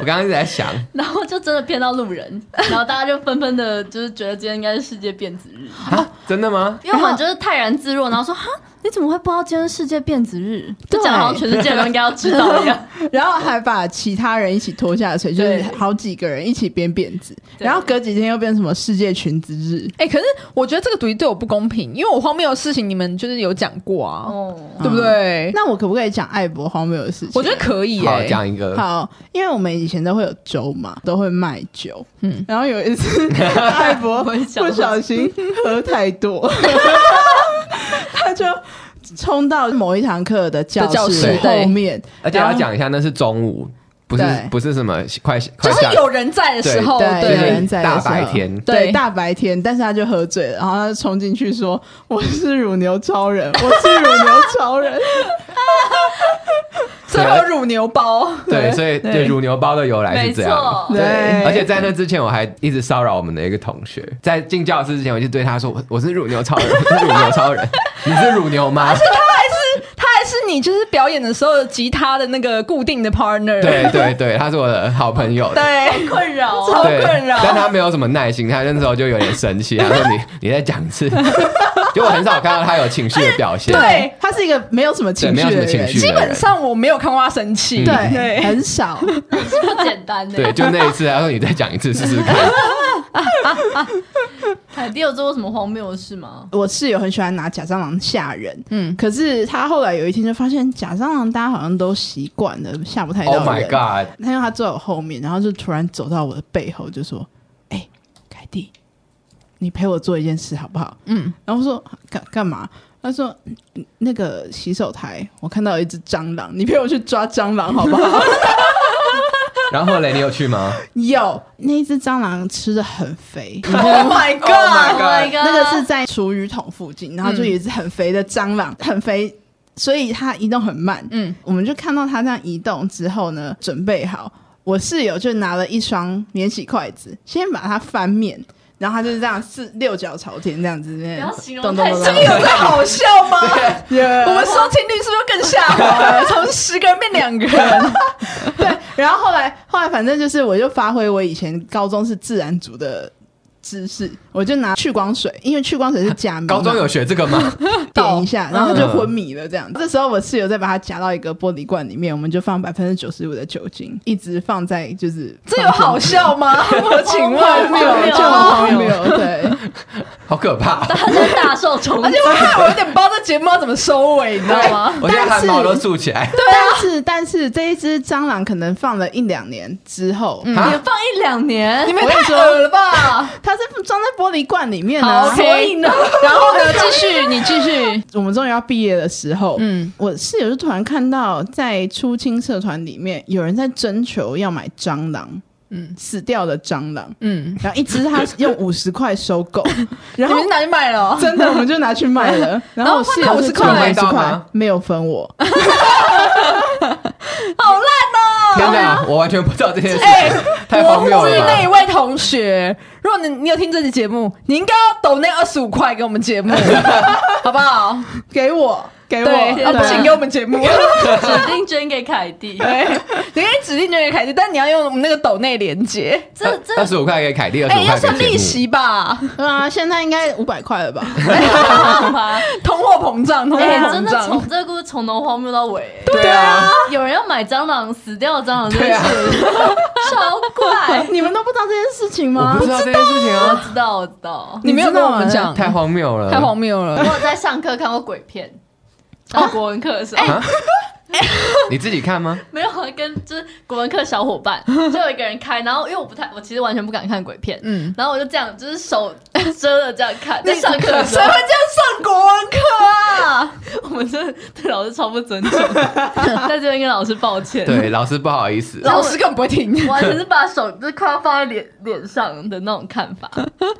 Speaker 4: 我刚刚一直在想，
Speaker 3: 然后就真的骗到路人，然后大家就纷纷的，就是觉得今天应该是世界辫子日，
Speaker 4: 啊，真的吗？
Speaker 3: 因为我们就是泰然自若，然后说哈，你怎么会不知道今天是世界辫子日？就讲得好像全世界都应该要知道一 (laughs) 样。
Speaker 1: (laughs)
Speaker 2: 然后还把其他人一起拖下水，就
Speaker 3: 对
Speaker 2: 是好几个人一起编辫子，
Speaker 3: 对
Speaker 2: 然后隔几天又变什么世界裙子日，
Speaker 1: 哎、可是我觉得这个主题对我不公平，因为我荒谬的事情你们就是有讲过啊，
Speaker 3: 哦，
Speaker 1: 对不对？
Speaker 2: 那我可不可以讲艾博荒谬的事情？
Speaker 1: 我觉得可以、
Speaker 4: 好，
Speaker 1: 欸，
Speaker 4: 讲一个，
Speaker 2: 好，因为我们以前都会有酒嘛，都会卖酒。
Speaker 1: 嗯
Speaker 2: 嗯，然后有一
Speaker 1: (laughs)
Speaker 2: 次艾博
Speaker 3: 我也想
Speaker 2: 不
Speaker 3: 到
Speaker 2: 小心喝太
Speaker 1: (laughs)
Speaker 2: 多，他就冲到某一堂课的教
Speaker 1: 的教
Speaker 2: 室
Speaker 1: 室对
Speaker 2: 后面，
Speaker 4: 而且要讲一下，那是中午，不是
Speaker 2: 对
Speaker 4: 不是什么快
Speaker 1: 就
Speaker 4: 快下
Speaker 1: 是有人在的时候，
Speaker 2: 对，
Speaker 4: 对
Speaker 2: 有人在的时候
Speaker 4: 大白天
Speaker 2: 对
Speaker 1: 哦对
Speaker 2: 大白天，但是他就喝醉了，然后他就冲进去说：“我是乳牛超人，我是乳牛超人。
Speaker 1: 最后乳牛包，
Speaker 4: 对，所以对乳牛包的由来
Speaker 3: 没
Speaker 4: 是这样
Speaker 3: 错。
Speaker 2: 对
Speaker 4: 而且在那之前，我还一直骚扰我们的一个同学。在进教室之前，我就对他说：“我我是乳牛超人，我是乳牛超人，你是乳牛吗？”
Speaker 1: 啊他还是你就是表演的时候吉他的那个固定的 partner，
Speaker 4: 对对对，他是我的好朋友。
Speaker 1: 对，
Speaker 3: (laughs) 困扰哦，
Speaker 1: 好
Speaker 4: 对
Speaker 1: 困扰
Speaker 4: 但他没有什么耐心，他那时候就有点生气，他说你你再讲一次， (laughs) 就我很少看到他有情绪的表现，
Speaker 1: 对，
Speaker 2: 他是一个没有什么情绪
Speaker 4: 对没有什
Speaker 2: 的
Speaker 4: 么情
Speaker 2: 人，
Speaker 4: 绪
Speaker 1: 基本上我没有看过他生气，
Speaker 4: 嗯
Speaker 2: 对，很少。
Speaker 3: 是不简单的。
Speaker 4: 对，就那一次，他说你再讲一次试试看，
Speaker 3: 凯蒂有做过什么荒谬的事吗？
Speaker 2: 我室友很喜欢拿假蟑螂吓人，嗯，可是他后来有一天就发现假蟑螂大家好像都习惯了，吓不太到
Speaker 4: Oh
Speaker 2: 人。
Speaker 4: my god！
Speaker 2: 他因为他坐在我后面，然后就突然走到我的背后，就说：“哎、凯蒂，你陪我做一件事好不好？”嗯，然后我说干干嘛？他说嗯那个洗手台，我看到有一只蟑螂，你陪我去抓蟑螂好不好？
Speaker 4: 然后嘞，你有去吗？
Speaker 2: 有那一只蟑螂吃的很肥，
Speaker 1: ，Oh my
Speaker 4: my
Speaker 1: god！
Speaker 4: god
Speaker 3: my god
Speaker 2: 那个是在厨余桶附近，然后就有一只很肥的蟑螂，很肥，所以它移动很慢。
Speaker 1: 嗯
Speaker 2: 嗯，我们就看到它这样移动之后呢，准备好，我室友就拿了一双免洗筷子，先把它翻面。然后它就是这样四六脚朝天这样子，
Speaker 3: 不要形容
Speaker 2: 咚
Speaker 3: 太
Speaker 2: 咚
Speaker 1: 哎
Speaker 2: 咚
Speaker 1: 这
Speaker 2: 咚
Speaker 1: 个有在好笑吗？我
Speaker 2: 咚
Speaker 1: 们收听率是不是更下滑了？从十个人变两个人，
Speaker 2: 对， (laughs) 然后后来后来反正就是，我就发挥我以前高中是自然组的知识，我就拿去光水，因为去光水是假名嘛，
Speaker 4: 高中有哦嗯学这个吗？
Speaker 2: 点一下，然后他就昏迷了。这样，这时候我室友再把它夹到一个玻璃罐里面，我们就放百分之九十五的酒精，一直放在就是
Speaker 1: 这有哦好笑吗？我请问
Speaker 2: 没
Speaker 3: 荒
Speaker 2: 有
Speaker 3: 谬
Speaker 2: 就很荒谬，
Speaker 1: (laughs)
Speaker 2: 对，
Speaker 4: 好可怕！
Speaker 3: 大家大受 (laughs) 宠
Speaker 1: 而且
Speaker 3: 溺，
Speaker 1: 我害我有点不知道这节目要怎么收尾，你知道吗？
Speaker 4: 我现在汗毛都竖起来。
Speaker 1: 啊
Speaker 2: 但是但是这一只蟑螂可能放了一两年之后，
Speaker 4: 啊
Speaker 3: 也放一两年
Speaker 1: 嗯你，们也太恶了吧！
Speaker 2: 它是装在玻璃罐里面
Speaker 3: 好
Speaker 2: 的，
Speaker 3: (laughs) 所以呢，
Speaker 1: 然后呢，继续你继续，
Speaker 2: 我们终于要毕业的时候，
Speaker 3: 嗯，
Speaker 2: 我室友就突然看到在出清社团里面有人在征求要买蟑螂，
Speaker 3: 嗯
Speaker 2: 死掉的蟑螂，
Speaker 3: 嗯，
Speaker 2: 然后一只他用五十块收购，然
Speaker 3: 你
Speaker 2: 后
Speaker 3: 们。哪里买了哦？
Speaker 2: (laughs) 真的，我们就拿去卖了。然后我室友
Speaker 3: 换
Speaker 2: 是
Speaker 3: 50块
Speaker 2: 五十
Speaker 4: 有卖到
Speaker 2: 块
Speaker 4: 吗，
Speaker 2: 没有分我。
Speaker 1: 好烂哦！
Speaker 4: 天哪，我完全不知道这件事，
Speaker 1: 哎，
Speaker 4: 太荒谬
Speaker 1: 我是
Speaker 4: 了
Speaker 1: 那一
Speaker 4: 吧。
Speaker 1: 位同学，如果你你有听这期节目，你应该要抖那二十五块给我们节目，好不好？
Speaker 2: 给我，给我，
Speaker 1: 对，
Speaker 2: 对
Speaker 1: 啊，不行，给我们节目， (laughs)
Speaker 3: 指定捐给凯蒂，
Speaker 1: 对，你可以指定就给凯蒂，但你要用我们那个抖内连接，
Speaker 3: 这这
Speaker 4: 二十五块给凯蒂，二十
Speaker 1: 哎，
Speaker 4: 五
Speaker 1: 要
Speaker 4: 块
Speaker 1: 算
Speaker 4: 给
Speaker 1: 利
Speaker 4: 节目。
Speaker 1: 息吧，
Speaker 2: 对啊，现在应该五百块了吧？ (laughs)
Speaker 3: 好吧？
Speaker 1: 通货膨胀，通货
Speaker 3: (laughs)
Speaker 4: (laughs)
Speaker 3: 哎，真
Speaker 1: 膨
Speaker 3: 的
Speaker 1: 胀
Speaker 3: 从，这个故事从头荒谬到尾，
Speaker 4: 对啊，
Speaker 3: 有人要买蟑螂，死掉的蟑螂，真
Speaker 4: 对
Speaker 3: 的
Speaker 4: 啊
Speaker 3: 是超
Speaker 4: (laughs)
Speaker 3: 怪。
Speaker 2: 你们都不知道这件事情
Speaker 4: 我
Speaker 2: 吗
Speaker 4: 不？知道这件事情
Speaker 3: 我
Speaker 4: 啊，
Speaker 3: 知道，我知道，
Speaker 1: 你没有跟我们讲，
Speaker 4: 太荒谬了，
Speaker 1: 太荒谬了
Speaker 3: 我。 (laughs) 有在上课看过鬼片，上国文课的时候。
Speaker 4: 啊！你自己看吗？
Speaker 3: 没有啊，跟就是国文课小伙
Speaker 4: (laughs)
Speaker 3: 伴，就有一个人开，然后因为我不太，我其实完全不敢看鬼片，嗯
Speaker 1: 嗯，
Speaker 3: 然后我就这样，就是手 (laughs) 遮着这样看，在上课的时
Speaker 1: 谁
Speaker 3: 候
Speaker 1: 会，这样上国文课啊？
Speaker 3: 我们真的对老师超不尊重，
Speaker 4: (laughs)
Speaker 3: 在这边跟老师抱歉，，
Speaker 4: 对，老师不好意思，
Speaker 1: 老师根本不会听。
Speaker 3: 完全是把手就是快要放在脸脸上的那种看法，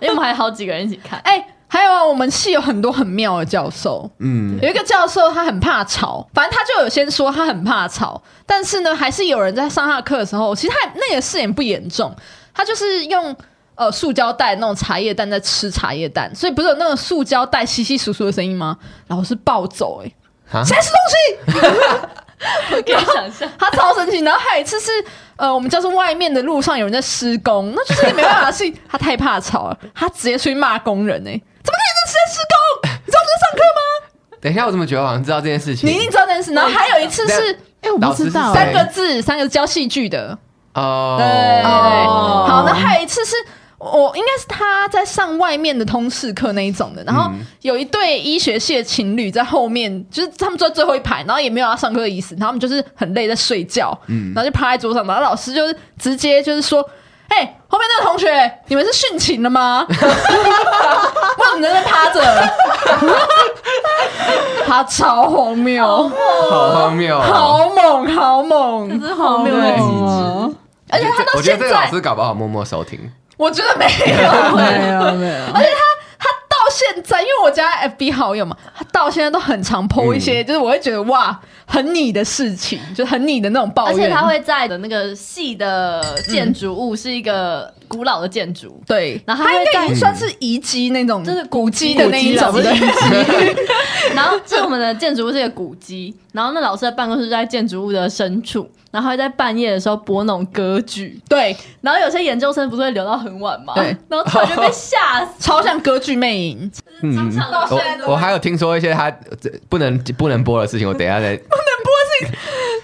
Speaker 3: 因为我们还好几个人一起看，
Speaker 1: 哎、还有啊，我们系有很多很妙的教授，
Speaker 4: 嗯，
Speaker 1: 有一个教授他很怕吵，反正他就有先说他很怕吵，但是呢，还是有人在上他的课的时候，其实他那个事也不严重，他就是用。呃，塑胶袋那种茶叶蛋在吃茶叶蛋，所以不是有那种塑胶袋稀稀疏疏的声音吗？老师暴走、欸，
Speaker 4: 啊
Speaker 1: 哎，谁吃东西？
Speaker 3: 我可以想象，
Speaker 1: 他超生气。然后还有一次是，呃，我们教室外面的路上有人在施工， (laughs) 那就是你没办法的事情。他太怕吵了，他直接出去骂工人哎、怎么可以在在施工？你知道我们在上课吗？
Speaker 4: 等一下，我怎么觉得我好像知道这件事情？
Speaker 1: 你一定知道这件事。然后还有一次是
Speaker 2: 哎，我不知道
Speaker 4: 老师是
Speaker 1: 三
Speaker 2: 哎，
Speaker 1: 个字，三个字教戏剧的，
Speaker 4: 哦，
Speaker 1: 对对对对。
Speaker 4: 哦
Speaker 1: 好，那还有一次是。我应该是他在上外面的通识课那一种的，然后有一对医学系的情侣在后面，就是他们坐在最后一排，然后也没有要上课的意思，然后他们就是很累在睡觉，然后就趴在桌上，然后老师就是直接就是说：“哎、后面那个同学，你们是殉情了吗？ (laughs) 为什么在那边趴着？” (laughs) 他超荒谬，
Speaker 4: 好荒谬哦，
Speaker 1: 好猛，好猛，
Speaker 3: 真是荒谬的
Speaker 4: 极
Speaker 3: 极
Speaker 4: 致。
Speaker 1: 而且他到
Speaker 4: 我觉
Speaker 1: 现
Speaker 4: 得这个老
Speaker 1: 在，
Speaker 4: 师搞不好默默收听， (laughs)
Speaker 1: 我觉得没有，
Speaker 3: (laughs)
Speaker 1: 欸
Speaker 2: 没有没有，
Speaker 1: 他到现在，因为我加 FB 好友嘛，他到现在都很常 PO 一些，就是我会觉得哇，很你的事情，就是很你的那种抱
Speaker 3: 而
Speaker 1: 怨。
Speaker 3: 且他会在的那个系的建筑物是一个古老的建筑，
Speaker 1: 对，
Speaker 3: 然后他
Speaker 1: 他
Speaker 3: 会
Speaker 1: 应该
Speaker 3: 在
Speaker 1: 已经算是遗迹那种，
Speaker 3: 就是
Speaker 1: 古迹
Speaker 3: 迹
Speaker 1: 的那一种
Speaker 3: 古迹
Speaker 1: 对
Speaker 3: 然后这是我们的建筑物是一个古迹，然后那老师的办公室就在建筑物的深处，然后他会在半夜的时候播那种歌剧，
Speaker 1: 对，
Speaker 3: 然后有些研究生不是会留到很晚吗？
Speaker 1: 对，
Speaker 3: 然后突然就被吓死，
Speaker 1: 超像歌剧魅影，
Speaker 3: 就是当场
Speaker 1: 到
Speaker 3: 到
Speaker 1: 现在
Speaker 4: 我我还有听说一些他这不能不能播的事情，我等一下再。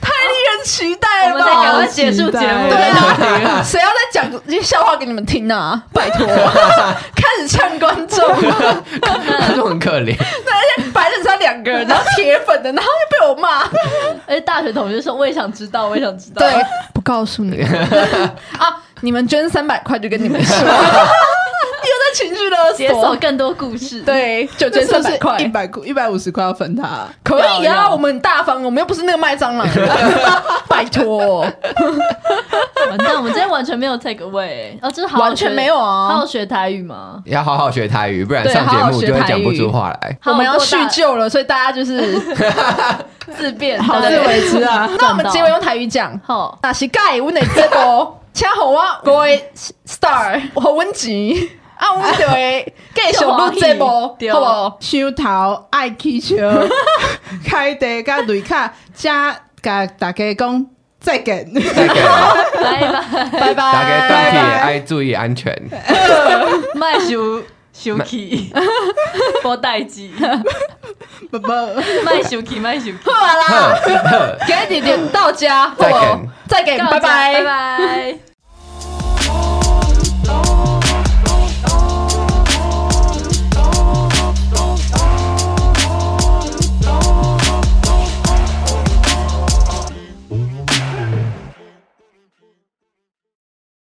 Speaker 1: 太令人期待
Speaker 3: 我
Speaker 1: 了
Speaker 3: 们再赶
Speaker 1: 吧
Speaker 3: 快！结束节目，
Speaker 1: 对啊，谁要再讲这些笑话给你们听啊？拜托， (laughs) 开始呛观
Speaker 3: (laughs)
Speaker 1: 众，嗯
Speaker 4: 他就很可怜，
Speaker 1: 而且白人他两个人，然后铁粉的，然后又被我骂，
Speaker 3: 而且大学同学说我也想知道，我也想知道，
Speaker 1: 对，不告诉你啊，你们捐三百块就跟你们说，又在情绪勒
Speaker 3: 解锁
Speaker 1: 索，
Speaker 3: 更多故事，，
Speaker 1: 对，就
Speaker 2: 这
Speaker 1: 捐三
Speaker 2: 是不
Speaker 1: 百块
Speaker 2: 是一。百一百五十块要分他？
Speaker 1: 可以
Speaker 3: 要
Speaker 1: 啊，
Speaker 3: 要
Speaker 1: 我们很大方，我们又不是那个卖蟑螂的，拜托，
Speaker 3: 完蛋，我们今天完全没有 take away，哦，就是好好
Speaker 1: 完全
Speaker 3: 学
Speaker 1: 没有啊
Speaker 3: 好好学台语吗？
Speaker 4: 要好好学台语，不然
Speaker 1: 对
Speaker 4: 上节
Speaker 1: 好好
Speaker 4: 目
Speaker 1: 学
Speaker 4: 就会讲不
Speaker 1: 台语
Speaker 4: 出话来。
Speaker 1: 我们要叙
Speaker 3: 好过
Speaker 1: 旧了，所以大家就是
Speaker 3: 大自辩，
Speaker 2: 好自
Speaker 3: 对
Speaker 2: 为之啊！
Speaker 1: 那我们结尾用台语讲，
Speaker 3: 好。
Speaker 1: 那是盖阮的节目，请互我各位 star 互阮钱，啊，阮就会继续录节目，
Speaker 3: 对
Speaker 1: 好
Speaker 2: 修头爱气球，开地甲瑞卡，加甲大家讲再见。 (laughs)
Speaker 4: 再给
Speaker 3: 拜拜，
Speaker 1: 不好？拜拜，
Speaker 4: 大家当天也
Speaker 2: 拜
Speaker 4: 爱注意安全。
Speaker 3: 卖收收
Speaker 1: (laughs)
Speaker 3: 起， (laughs) 无代志，
Speaker 2: 不不。
Speaker 3: 卖收起，卖收
Speaker 1: (laughs)
Speaker 3: 起，
Speaker 1: 好啦，
Speaker 4: 哼哼
Speaker 1: 给你点到家，好
Speaker 4: 再
Speaker 1: 不好
Speaker 4: 见
Speaker 1: 哎再见，拜拜
Speaker 3: 拜。拜。